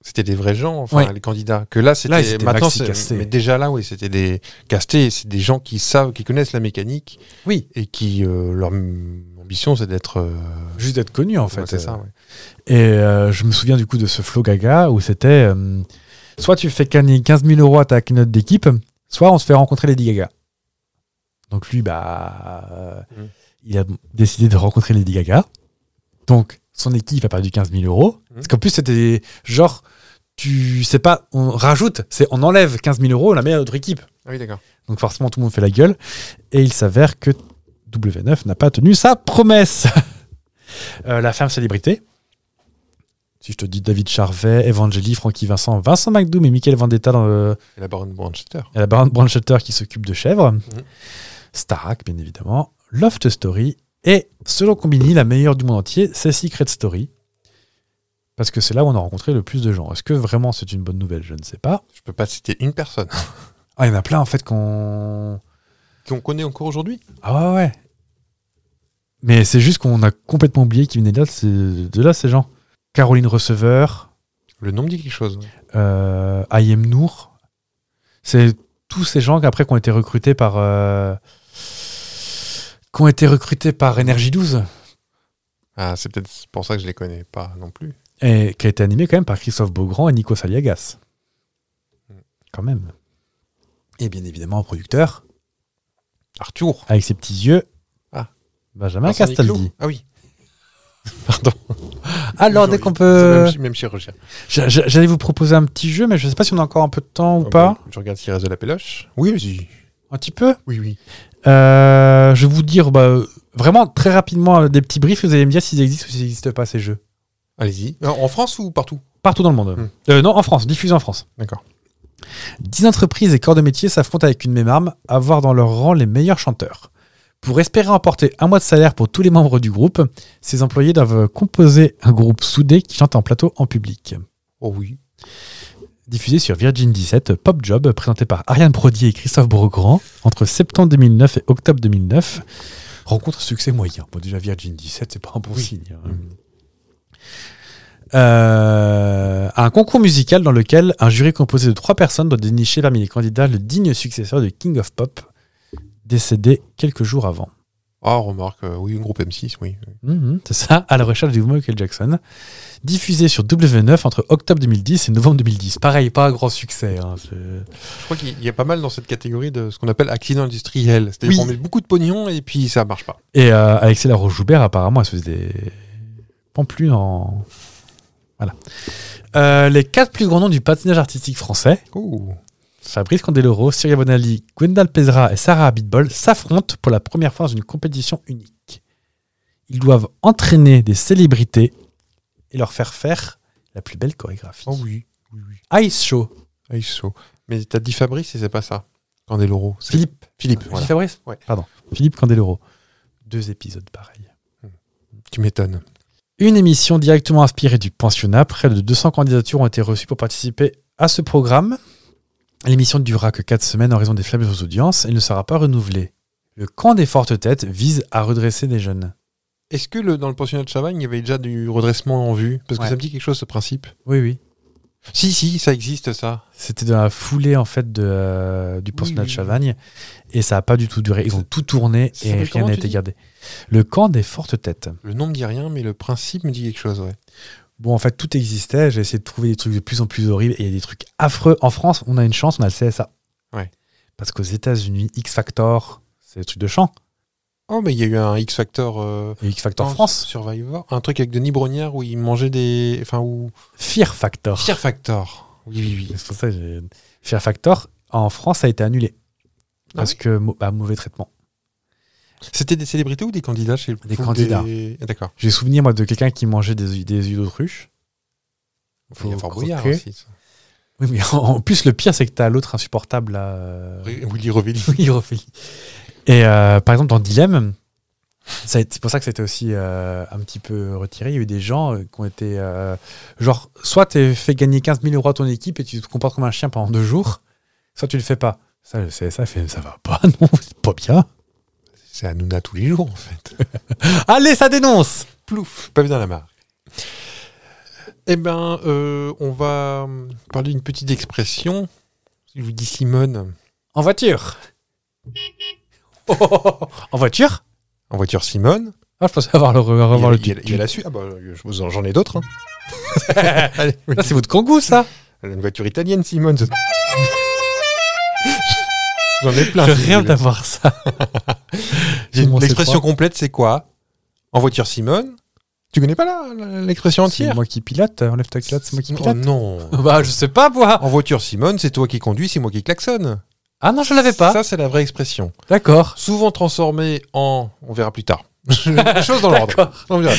Speaker 2: c'était des vrais gens, enfin,
Speaker 1: Ouais.
Speaker 2: les candidats. Que là,
Speaker 1: Là,
Speaker 2: c'était.
Speaker 1: ils étaient
Speaker 2: maintenant,
Speaker 1: maxi
Speaker 2: c'est-
Speaker 1: castés.
Speaker 2: Mais déjà là, oui, c'était des castés. C'est des gens qui savent, qui connaissent la mécanique
Speaker 1: Oui.
Speaker 2: et qui, euh, leur mm, ambition, c'est d'être. euh,
Speaker 1: Juste d'être connu, en
Speaker 2: ouais,
Speaker 1: fait.
Speaker 2: c'est ça, ouais.
Speaker 1: Et euh, je me souviens du coup de ce flow gaga où c'était euh, soit tu fais gagner 15 000 euros à ta note d'équipe, soit on se fait rencontrer Lady Gaga. Donc lui, bah, euh,
Speaker 2: Mhm.
Speaker 1: il a décidé de rencontrer Lady Gaga. Donc son équipe a perdu 15 000 euros. Parce qu'en plus, c'était genre, tu sais pas, on rajoute, c'est on enlève 15 000 euros, on la met à l'autre équipe.
Speaker 2: Ah oui, d'accord.
Speaker 1: Donc forcément, tout le monde fait la gueule. Et il s'avère que W9 n'a pas tenu sa promesse. Euh, la ferme célébrité. Si je te dis David Charvet, Evangeli, Francky Vincent, Vincent McDoom et Michael Vendetta dans le-
Speaker 2: Et la baronne Branchetter.
Speaker 1: à la Baron Branchetter qui s'occupe de chèvres. Starak, bien évidemment. Loft Story. Et selon Combini, la meilleure du monde entier, c'est Secret Story. Parce que c'est là où on a rencontré le plus de gens. Est-ce que vraiment c'est une bonne nouvelle Je ne sais pas.
Speaker 2: Je peux pas citer une personne
Speaker 1: Ah, il y en a plein en fait qu'on.
Speaker 2: qu'on connaît encore aujourd'hui.
Speaker 1: Ah ouais, ouais. Mais c'est juste qu'on a complètement oublié qu'ils venaient de là, c'est- de là, ces gens. Caroline Receveur,
Speaker 2: Le nom me dit quelque chose. ouais.
Speaker 1: euh, Ayem Nour. C'est tous ces gens qu'après qui ont été recrutés par. euh, qui ont été recrutés par Energy 12.
Speaker 2: Ah, c'est peut-être pour ça que je les connais pas non plus.
Speaker 1: et qui a été animé quand même par Christophe Beaugrand et Nico Saliagas. Quand même. Et bien évidemment, un producteur,
Speaker 2: Arthur.
Speaker 1: avec ses petits yeux,
Speaker 2: Ah.
Speaker 1: Benjamin
Speaker 2: Vincent
Speaker 1: Castaldi.
Speaker 2: Niclot. Ah oui.
Speaker 1: Pardon. Alors, dès
Speaker 2: Joli.
Speaker 1: qu'on peut.
Speaker 2: C'est Même, même chirurgien.
Speaker 1: J'a- j'a- J'allais vous proposer un petit jeu, mais je sais pas si on a encore un peu de temps ou
Speaker 2: Oh,
Speaker 1: pas.
Speaker 2: bah, Je regarde s'il reste de la péloche. Oui, vas-y.
Speaker 1: Un petit peu
Speaker 2: Oui, oui.
Speaker 1: Euh, je vais vous dire bah, euh, vraiment très rapidement euh, des petits briefs. Vous allez me dire s'ils existent ou s'ils n'existent pas ces jeux.
Speaker 2: Allez-y. En en France ou partout
Speaker 1: Partout dans le monde.
Speaker 2: Hmm.
Speaker 1: Euh, non, en France, diffusé en France.
Speaker 2: D'accord.
Speaker 1: Dix entreprises et corps de métier s'affrontent avec une même arme, avoir dans leur rang les meilleurs chanteurs. Pour espérer emporter un mois de salaire pour tous les membres du groupe, ces employés doivent composer un groupe soudé qui chante en plateau en public.
Speaker 2: Oh oui.
Speaker 1: Diffusé sur Virgin 17, Pop Job, présenté par Ariane Prodier et Christophe Brogrand, entre septembre 2009 et octobre 2009, rencontre succès moyen. Bon, déjà, Virgin 17, c'est pas un bon signe. hein. Euh, un concours musical dans lequel un jury composé de trois personnes doit dénicher parmi les candidats le digne successeur de King of Pop, décédé quelques jours avant.
Speaker 2: Ah, remarque, euh, oui, un groupe M6, oui.
Speaker 1: Mhm, c'est ça, à la recherche du Michael Jackson. Diffusé sur W9 entre octobre 2010 et novembre 2010. Pareil, pas un grand succès. hein, c'est-
Speaker 2: Je crois qu'il y a pas mal dans cette catégorie de ce qu'on appelle accident industriel. C'est-à-dire
Speaker 1: Oui.
Speaker 2: qu'on met beaucoup de pognon et puis ça marche pas.
Speaker 1: Et euh, Alexia Roche-Joubert, apparemment, elle se faisait des pamplunes en. Voilà. Euh, les quatre plus grands noms du patinage artistique français,
Speaker 2: Ouh.
Speaker 1: Fabrice Candeloro, Cyril Bonali, Gwendal Pezra et Sarah Abitbol, s'affrontent pour la première fois dans une compétition unique. Ils doivent entraîner des célébrités et leur faire faire la plus belle chorégraphie.
Speaker 2: Oh oui. oui, oui.
Speaker 1: Ice Show.
Speaker 2: Ah, il est chaud. Mais t'as dit Fabrice et c'est pas ça. Candeloro. C'est-
Speaker 1: Philippe.
Speaker 2: Philippe,
Speaker 1: J'ai dit
Speaker 2: voilà.
Speaker 1: Fabrice
Speaker 2: Ouais.
Speaker 1: Pardon. Philippe Candeloro. Deux épisodes pareils.
Speaker 2: Tu m'étonnes.
Speaker 1: Une émission directement inspirée du pensionnat. Près de 200 candidatures ont été reçues pour participer à ce programme. L'émission ne durera que 4 semaines en raison des faibles audiences et ne sera pas renouvelée. Le camp des fortes têtes vise à redresser des jeunes.
Speaker 2: Est-ce que le, dans le pensionnat de Chavagne, il y avait déjà du redressement en vue Parce que
Speaker 1: Ouais.
Speaker 2: ça me dit quelque chose, ce principe.
Speaker 1: Oui, oui.
Speaker 2: Si, si, ça existe, ça.
Speaker 1: C'était dans la foulée en fait de, euh, du pensionnat
Speaker 2: oui,
Speaker 1: de
Speaker 2: oui.
Speaker 1: Chavagne et ça n'a pas du tout duré. Ils ont tout tourné
Speaker 2: Ça
Speaker 1: et
Speaker 2: s'appelle
Speaker 1: rien
Speaker 2: comment,
Speaker 1: n'a
Speaker 2: tu
Speaker 1: été
Speaker 2: dis
Speaker 1: gardé. Le camp des fortes têtes.
Speaker 2: Le nom me dit rien, mais le principe me dit quelque chose, ouais.
Speaker 1: Bon, en fait, tout existait. J'ai essayé de trouver des trucs de plus en plus horribles et il y a des trucs affreux. En France, on a une chance, on a le CSA.
Speaker 2: Ouais.
Speaker 1: Parce qu'aux États-Unis, X Factor, c'est des trucs de chant.
Speaker 2: Oh, mais il y a eu un X Factor. euh,
Speaker 1: Et X Factor
Speaker 2: non,
Speaker 1: France,
Speaker 2: Survivor. Un truc avec Denis Brognard où il mangeait des. Enfin, où.
Speaker 1: Fear Factor.
Speaker 2: Fear Factor. Oui, oui, oui.
Speaker 1: C'est pour ça que j'ai- Fear Factor, en France, ça a été annulé. Parce
Speaker 2: Ah oui
Speaker 1: que mau- bah, mauvais traitement.
Speaker 2: C'était des célébrités ou des candidats chez
Speaker 1: Des candidats.
Speaker 2: des- Ah, D'accord.
Speaker 1: J'ai souvenir, moi, de quelqu'un qui mangeait des, œufs- des œufs d'autruche.
Speaker 2: Enfin, il y a
Speaker 1: Faut
Speaker 2: Fort Boyard
Speaker 1: croquer.
Speaker 2: aussi. ça.
Speaker 1: Oui, mais en, en plus, le pire, c'est que t'as l'autre insupportable, là. euh,
Speaker 2: Ré- Willy Revelli.
Speaker 1: Oui, Ophélie. Et euh, par exemple, dans Dilemme, ça a été- c'est pour ça que c'était aussi euh, un petit peu retiré. Il y a eu des gens euh, qui ont été. euh, genre, soit tu fais gagner 15 000 euros à ton équipe et tu te comportes comme un chien pendant deux jours, soit tu le fais pas. Ça, le CSA fait ça va pas, non, c'est pas bien.
Speaker 2: C'est Hanouna tous les jours, en fait.
Speaker 1: Allez, ça dénonce
Speaker 2: Plouf, pas bien la marque. Eh ben, euh, on va hum, parler d'une petite expression. Je vous dis Simone.
Speaker 1: En voiture Oh, oh, oh, oh. En voiture
Speaker 2: En voiture, Simone.
Speaker 1: Ah, je pensais avoir le, avoir
Speaker 2: il,
Speaker 1: le
Speaker 2: y a- il y a, il y a la suite. Ah bah, je vous en- j'en ai d'autres. hein. Allez, oui.
Speaker 1: Là, Ah, c'est votre kangou, ça
Speaker 2: Elle a Une voiture italienne, Simone. J'en ai plein.
Speaker 1: Je
Speaker 2: si vous
Speaker 1: rêve
Speaker 2: voulez.
Speaker 1: d'avoir ça.
Speaker 2: J'ai-
Speaker 1: Tout le monde sait
Speaker 2: L'expression
Speaker 1: quoi.
Speaker 2: complète, c'est quoi En voiture, Simone. Tu connais pas la- la- l'expression
Speaker 1: C'est
Speaker 2: entière
Speaker 1: moi qui pilote, enlève ta pilote, c'est moi qui
Speaker 2: Oh
Speaker 1: pilote.
Speaker 2: non.
Speaker 1: Bah, je sais pas, moi.
Speaker 2: En voiture, Simone, c'est toi qui conduis, c'est moi qui klaxonne.
Speaker 1: Ah non, je l'avais pas.
Speaker 2: Ça, c'est la vraie expression.
Speaker 1: D'accord.
Speaker 2: Souvent transformée en. On verra plus tard. Les choses dans l'ordre. On verra.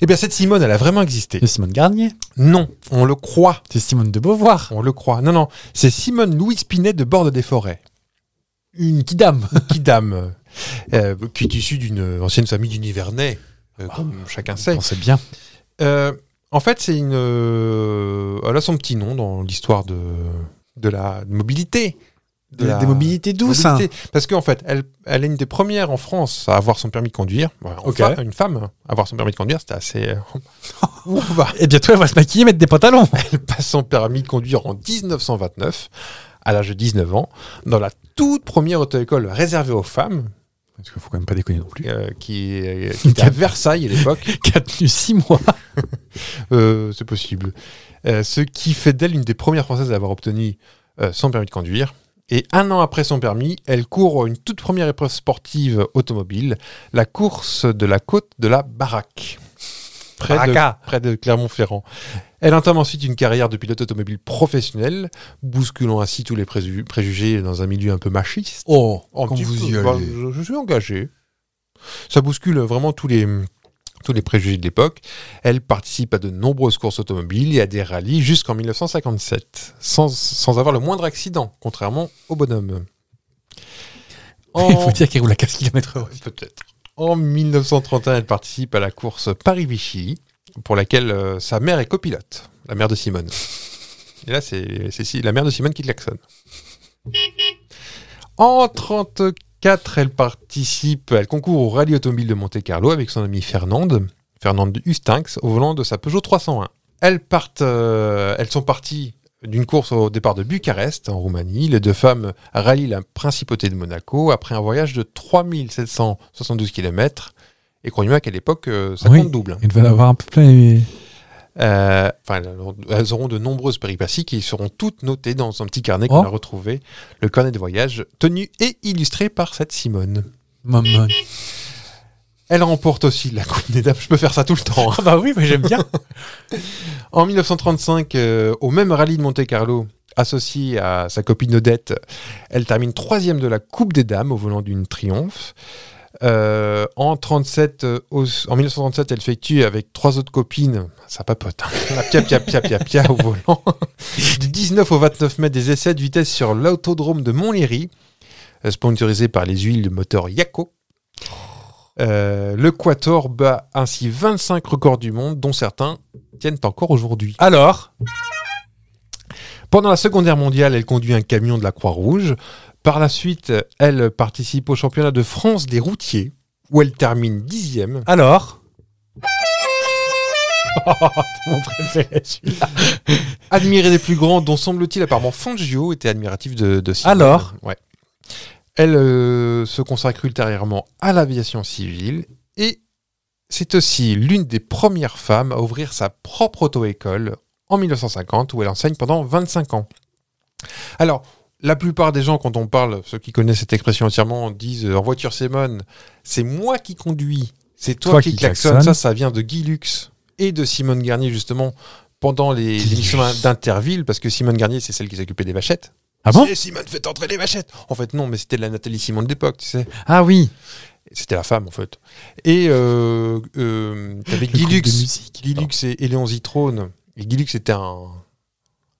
Speaker 2: Eh bien, cette Simone, elle a vraiment existé.
Speaker 1: C'est Simone Garnier.
Speaker 2: Non, on le croit.
Speaker 1: C'est Simone de Beauvoir.
Speaker 2: On le croit. Non, non. C'est Simone Louise Pinet de Borde des Forêts.
Speaker 1: Une petite dame.
Speaker 2: Qui dame. euh, qui est issue d'une ancienne famille du Nivernais, euh,
Speaker 1: Ah,
Speaker 2: comme chacun sait.
Speaker 1: On sait bien.
Speaker 2: Euh, en fait, c'est une. euh, elle a son petit nom dans l'histoire de, de la mobilité. De la-
Speaker 1: douces.
Speaker 2: mobilité. Parce qu'en fait, elle, elle est une des premières en France à avoir son permis de conduire. Ouais,
Speaker 1: Ok.
Speaker 2: enfin, une femme à avoir son permis de conduire, c'était assez. euh, Où on va
Speaker 1: Et bientôt, elle va se maquiller, mettre des pantalons.
Speaker 2: Elle passe son permis de conduire en 1929, à l'âge de 19 ans, dans la toute première auto-école réservée aux femmes,
Speaker 1: Parce qu'il faut quand même pas déconner non plus.
Speaker 2: euh, qui, euh, qui était à Versailles à l'époque.
Speaker 1: Qui a tenu six mois.
Speaker 2: Euh, c'est possible. Euh, ce qui fait d'elle une des premières Françaises à avoir obtenu euh, son permis de conduire. Et un an après son permis, elle court une toute première épreuve sportive automobile, la course de la côte de la Baraque, près de,
Speaker 1: Baraka.
Speaker 2: près de Clermont-Ferrand. Elle entame ensuite une carrière de pilote automobile professionnel, bousculant ainsi tous les présu- préjugés dans un milieu un peu machiste.
Speaker 1: Oh,
Speaker 2: Un
Speaker 1: quand
Speaker 2: petit
Speaker 1: vous
Speaker 2: peu.
Speaker 1: y
Speaker 2: Bah,
Speaker 1: allez.
Speaker 2: je, je suis engagé. Ça bouscule vraiment tous les, tous les préjugés de l'époque. Elle participe à de nombreuses courses automobiles et à des rallyes jusqu'en 1957, sans, sans avoir le moindre accident, contrairement au bonhomme.
Speaker 1: Il faut
Speaker 2: En-
Speaker 1: dire qu'elle roule à 4 km heure.
Speaker 2: Peut-être. En 1931, elle participe à la course Paris-Vichy, pour laquelle euh, sa mère est copilote, la mère de Simone. Et là, c'est c'est si- la mère de Simone qui klaxonne. En 1934, elle participe, elle concourt au rallye automobile de Monte-Carlo avec son amie Fernande, Fernande Hustinx, au volant de sa Peugeot 301. Elles, partent, euh, elles sont parties d'une course au départ de Bucarest, en Roumanie. Les deux femmes rallient la principauté de Monaco après un voyage de 3772 km. Et croyez-moi qu'à l'époque, euh, ça
Speaker 1: Oui.
Speaker 2: compte double. hein.
Speaker 1: Il devait avoir un peu plein. les-
Speaker 2: Euh, Enfin, elles auront- elles auront de nombreuses péripéties qui seront toutes notées dans un petit carnet qu'on
Speaker 1: Oh.
Speaker 2: a retrouvé, le carnet de voyage, tenu et illustré par cette Simone.
Speaker 1: Maman.
Speaker 2: Elle remporte aussi la Coupe des Dames. Je peux faire ça tout le temps. hein.
Speaker 1: Ah bah oui, mais j'aime bien.
Speaker 2: En 1935, euh, au même rallye de Monte-Carlo, associée à sa copine Odette, elle termine troisième de la Coupe des Dames au volant d'une Triomphe. Euh, en, 37, euh, au- en 1937, elle effectue avec trois autres copines, ça papote, hein, la pia pia pia pia pia au volant, du 19 au 29 mai des essais de vitesse sur l'autodrome de Montlhéry, euh, sponsorisé par les huiles de moteur Yako. Euh, le Quator bat ainsi 25 records du monde, dont certains tiennent encore aujourd'hui.
Speaker 1: Alors,
Speaker 2: Pendant la Seconde Guerre mondiale, elle conduit un camion de la Croix-Rouge. Par la suite, elle participe au championnat de France des routiers, où elle termine dixième. Oh,
Speaker 1: alors. mon préféré, celui-là.
Speaker 2: Admirée des plus grands, dont semble-t-il apparemment Fangio était admiratif de, de Simone.
Speaker 1: Alors
Speaker 2: Ouais. Elle euh, se consacre ultérieurement à l'aviation civile et c'est aussi l'une des premières femmes à ouvrir sa propre auto-école en 1950 où elle enseigne pendant 25 ans. Alors, la plupart des gens, quand on parle, ceux qui connaissent cette expression entièrement, disent euh, en voiture Simone, c'est moi qui conduis, c'est toi, qui, klaxonne.
Speaker 1: klaxonne.
Speaker 2: Ça, ça vient de Guy Lux et de Simone Garnier justement pendant les
Speaker 1: Guy
Speaker 2: émissions
Speaker 1: Lux.
Speaker 2: d'Interville, parce que Simone Garnier, c'est celle qui s'occupait des vachettes.
Speaker 1: Ah bon
Speaker 2: C'est Simone, faites entrer les vachettes En fait, non, mais c'était la Nathalie Simone de l'époque, tu sais.
Speaker 1: Ah oui.
Speaker 2: C'était la femme, en fait. Et euh, euh, t'avais
Speaker 1: Le
Speaker 2: Guy
Speaker 1: groupe de
Speaker 2: Lux.
Speaker 1: musique.
Speaker 2: Guy Lux et, et Léon Zitrone. Et Guy Lux était un,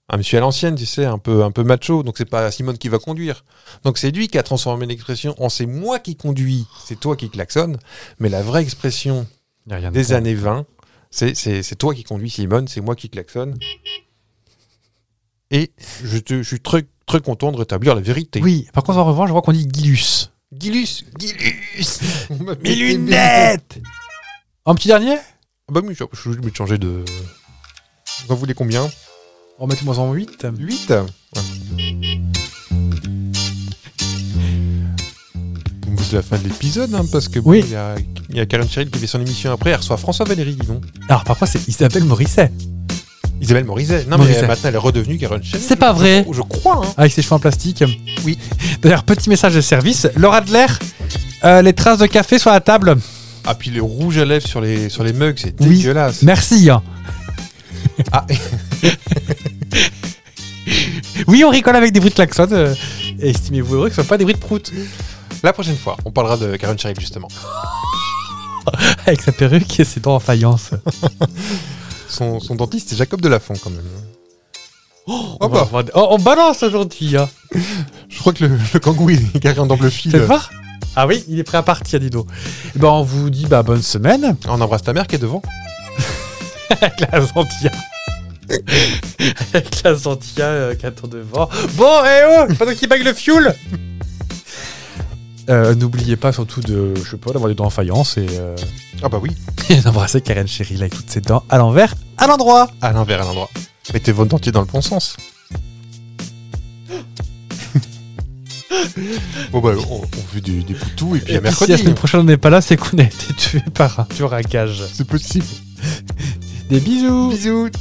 Speaker 2: un monsieur à l'ancienne, tu sais, un peu, un peu macho, donc c'est pas Simone qui va conduire. Donc c'est lui qui a transformé l'expression en c'est moi qui conduis, c'est toi qui klaxonne. Mais la vraie expression
Speaker 1: Y a rien de
Speaker 2: des
Speaker 1: bon.
Speaker 2: années 20. C'est- C'est c'est toi qui conduis, Simone, c'est moi qui klaxonne. Et je, te- je suis très, très content de rétablir la vérité.
Speaker 1: Oui, par contre, en revanche, je crois qu'on dit Guilus.
Speaker 2: Guilus Guilus
Speaker 1: Mes lunettes Un petit dernier
Speaker 2: Bah oui, je je suis obligé de changer de... Vous en voulez combien
Speaker 1: Remettez-moi en 8.
Speaker 2: 8 C'est la fin de l'épisode, hein, parce que bon,
Speaker 1: Oui.
Speaker 2: il y a, il y a Karen Cheryl qui fait son émission après, elle reçoit François Valéry, dis donc.
Speaker 1: Alors, par contre, c'est Isabelle Morisset.
Speaker 2: Isabelle Morizet. Non,
Speaker 1: Morizet.
Speaker 2: mais maintenant elle est redevenue Karen Cheryl.
Speaker 1: C'est pas vrai
Speaker 2: Je crois, hein.
Speaker 1: Avec ses cheveux en plastique.
Speaker 2: Oui.
Speaker 1: D'ailleurs, petit message de service. Laura Adler, euh, les traces de café sur la table.
Speaker 2: Ah, puis les rouges à lèvres sur les, sur les mugs, c'est
Speaker 1: Oui.
Speaker 2: dégueulasse.
Speaker 1: Merci. hein.
Speaker 2: Ah.
Speaker 1: oui, on rigole avec des bruits de klaxon. euh, et Estimez-vous heureux que ce ne soient pas des bruits de prout.
Speaker 2: La prochaine fois, on parlera de Karen Sharif, justement.
Speaker 1: Avec sa perruque et ses dents en faïence.
Speaker 2: Son, son dentiste, c'est Jacob Delafont, quand même. Oh,
Speaker 1: on, va
Speaker 2: bah,
Speaker 1: voir- oh, on balance aujourd'hui. Hein.
Speaker 2: je crois que le, le kangourou, il est carrément dans le fil.
Speaker 1: Tu vas voir Ah oui, il est prêt à partir, dis donc. Eh Ben, on vous dit bah, bonne semaine.
Speaker 2: On embrasse ta mère qui est devant.
Speaker 1: Avec la Zantia. Avec la Zantia euh, qui attend devant. Bon, eh oh Pendant qu'il bague le fioul Euh, N'oubliez pas surtout de, je sais pas, d'avoir des dents en faïence et, euh,
Speaker 2: Ah bah oui,
Speaker 1: et d'embrasser Karen Cheryl avec toutes ses dents à l'envers, à l'endroit.
Speaker 2: à l'envers, à l'endroit. Mettez votre dentier dans le bon sens. bon bah, on, on fait du, des poutous et puis à
Speaker 1: Et puis, Si la
Speaker 2: mercredi.
Speaker 1: semaine prochaine on n'est pas là, c'est qu'on a été tué par un tueur à gage.
Speaker 2: C'est possible.
Speaker 8: Des bisous.
Speaker 1: Bisous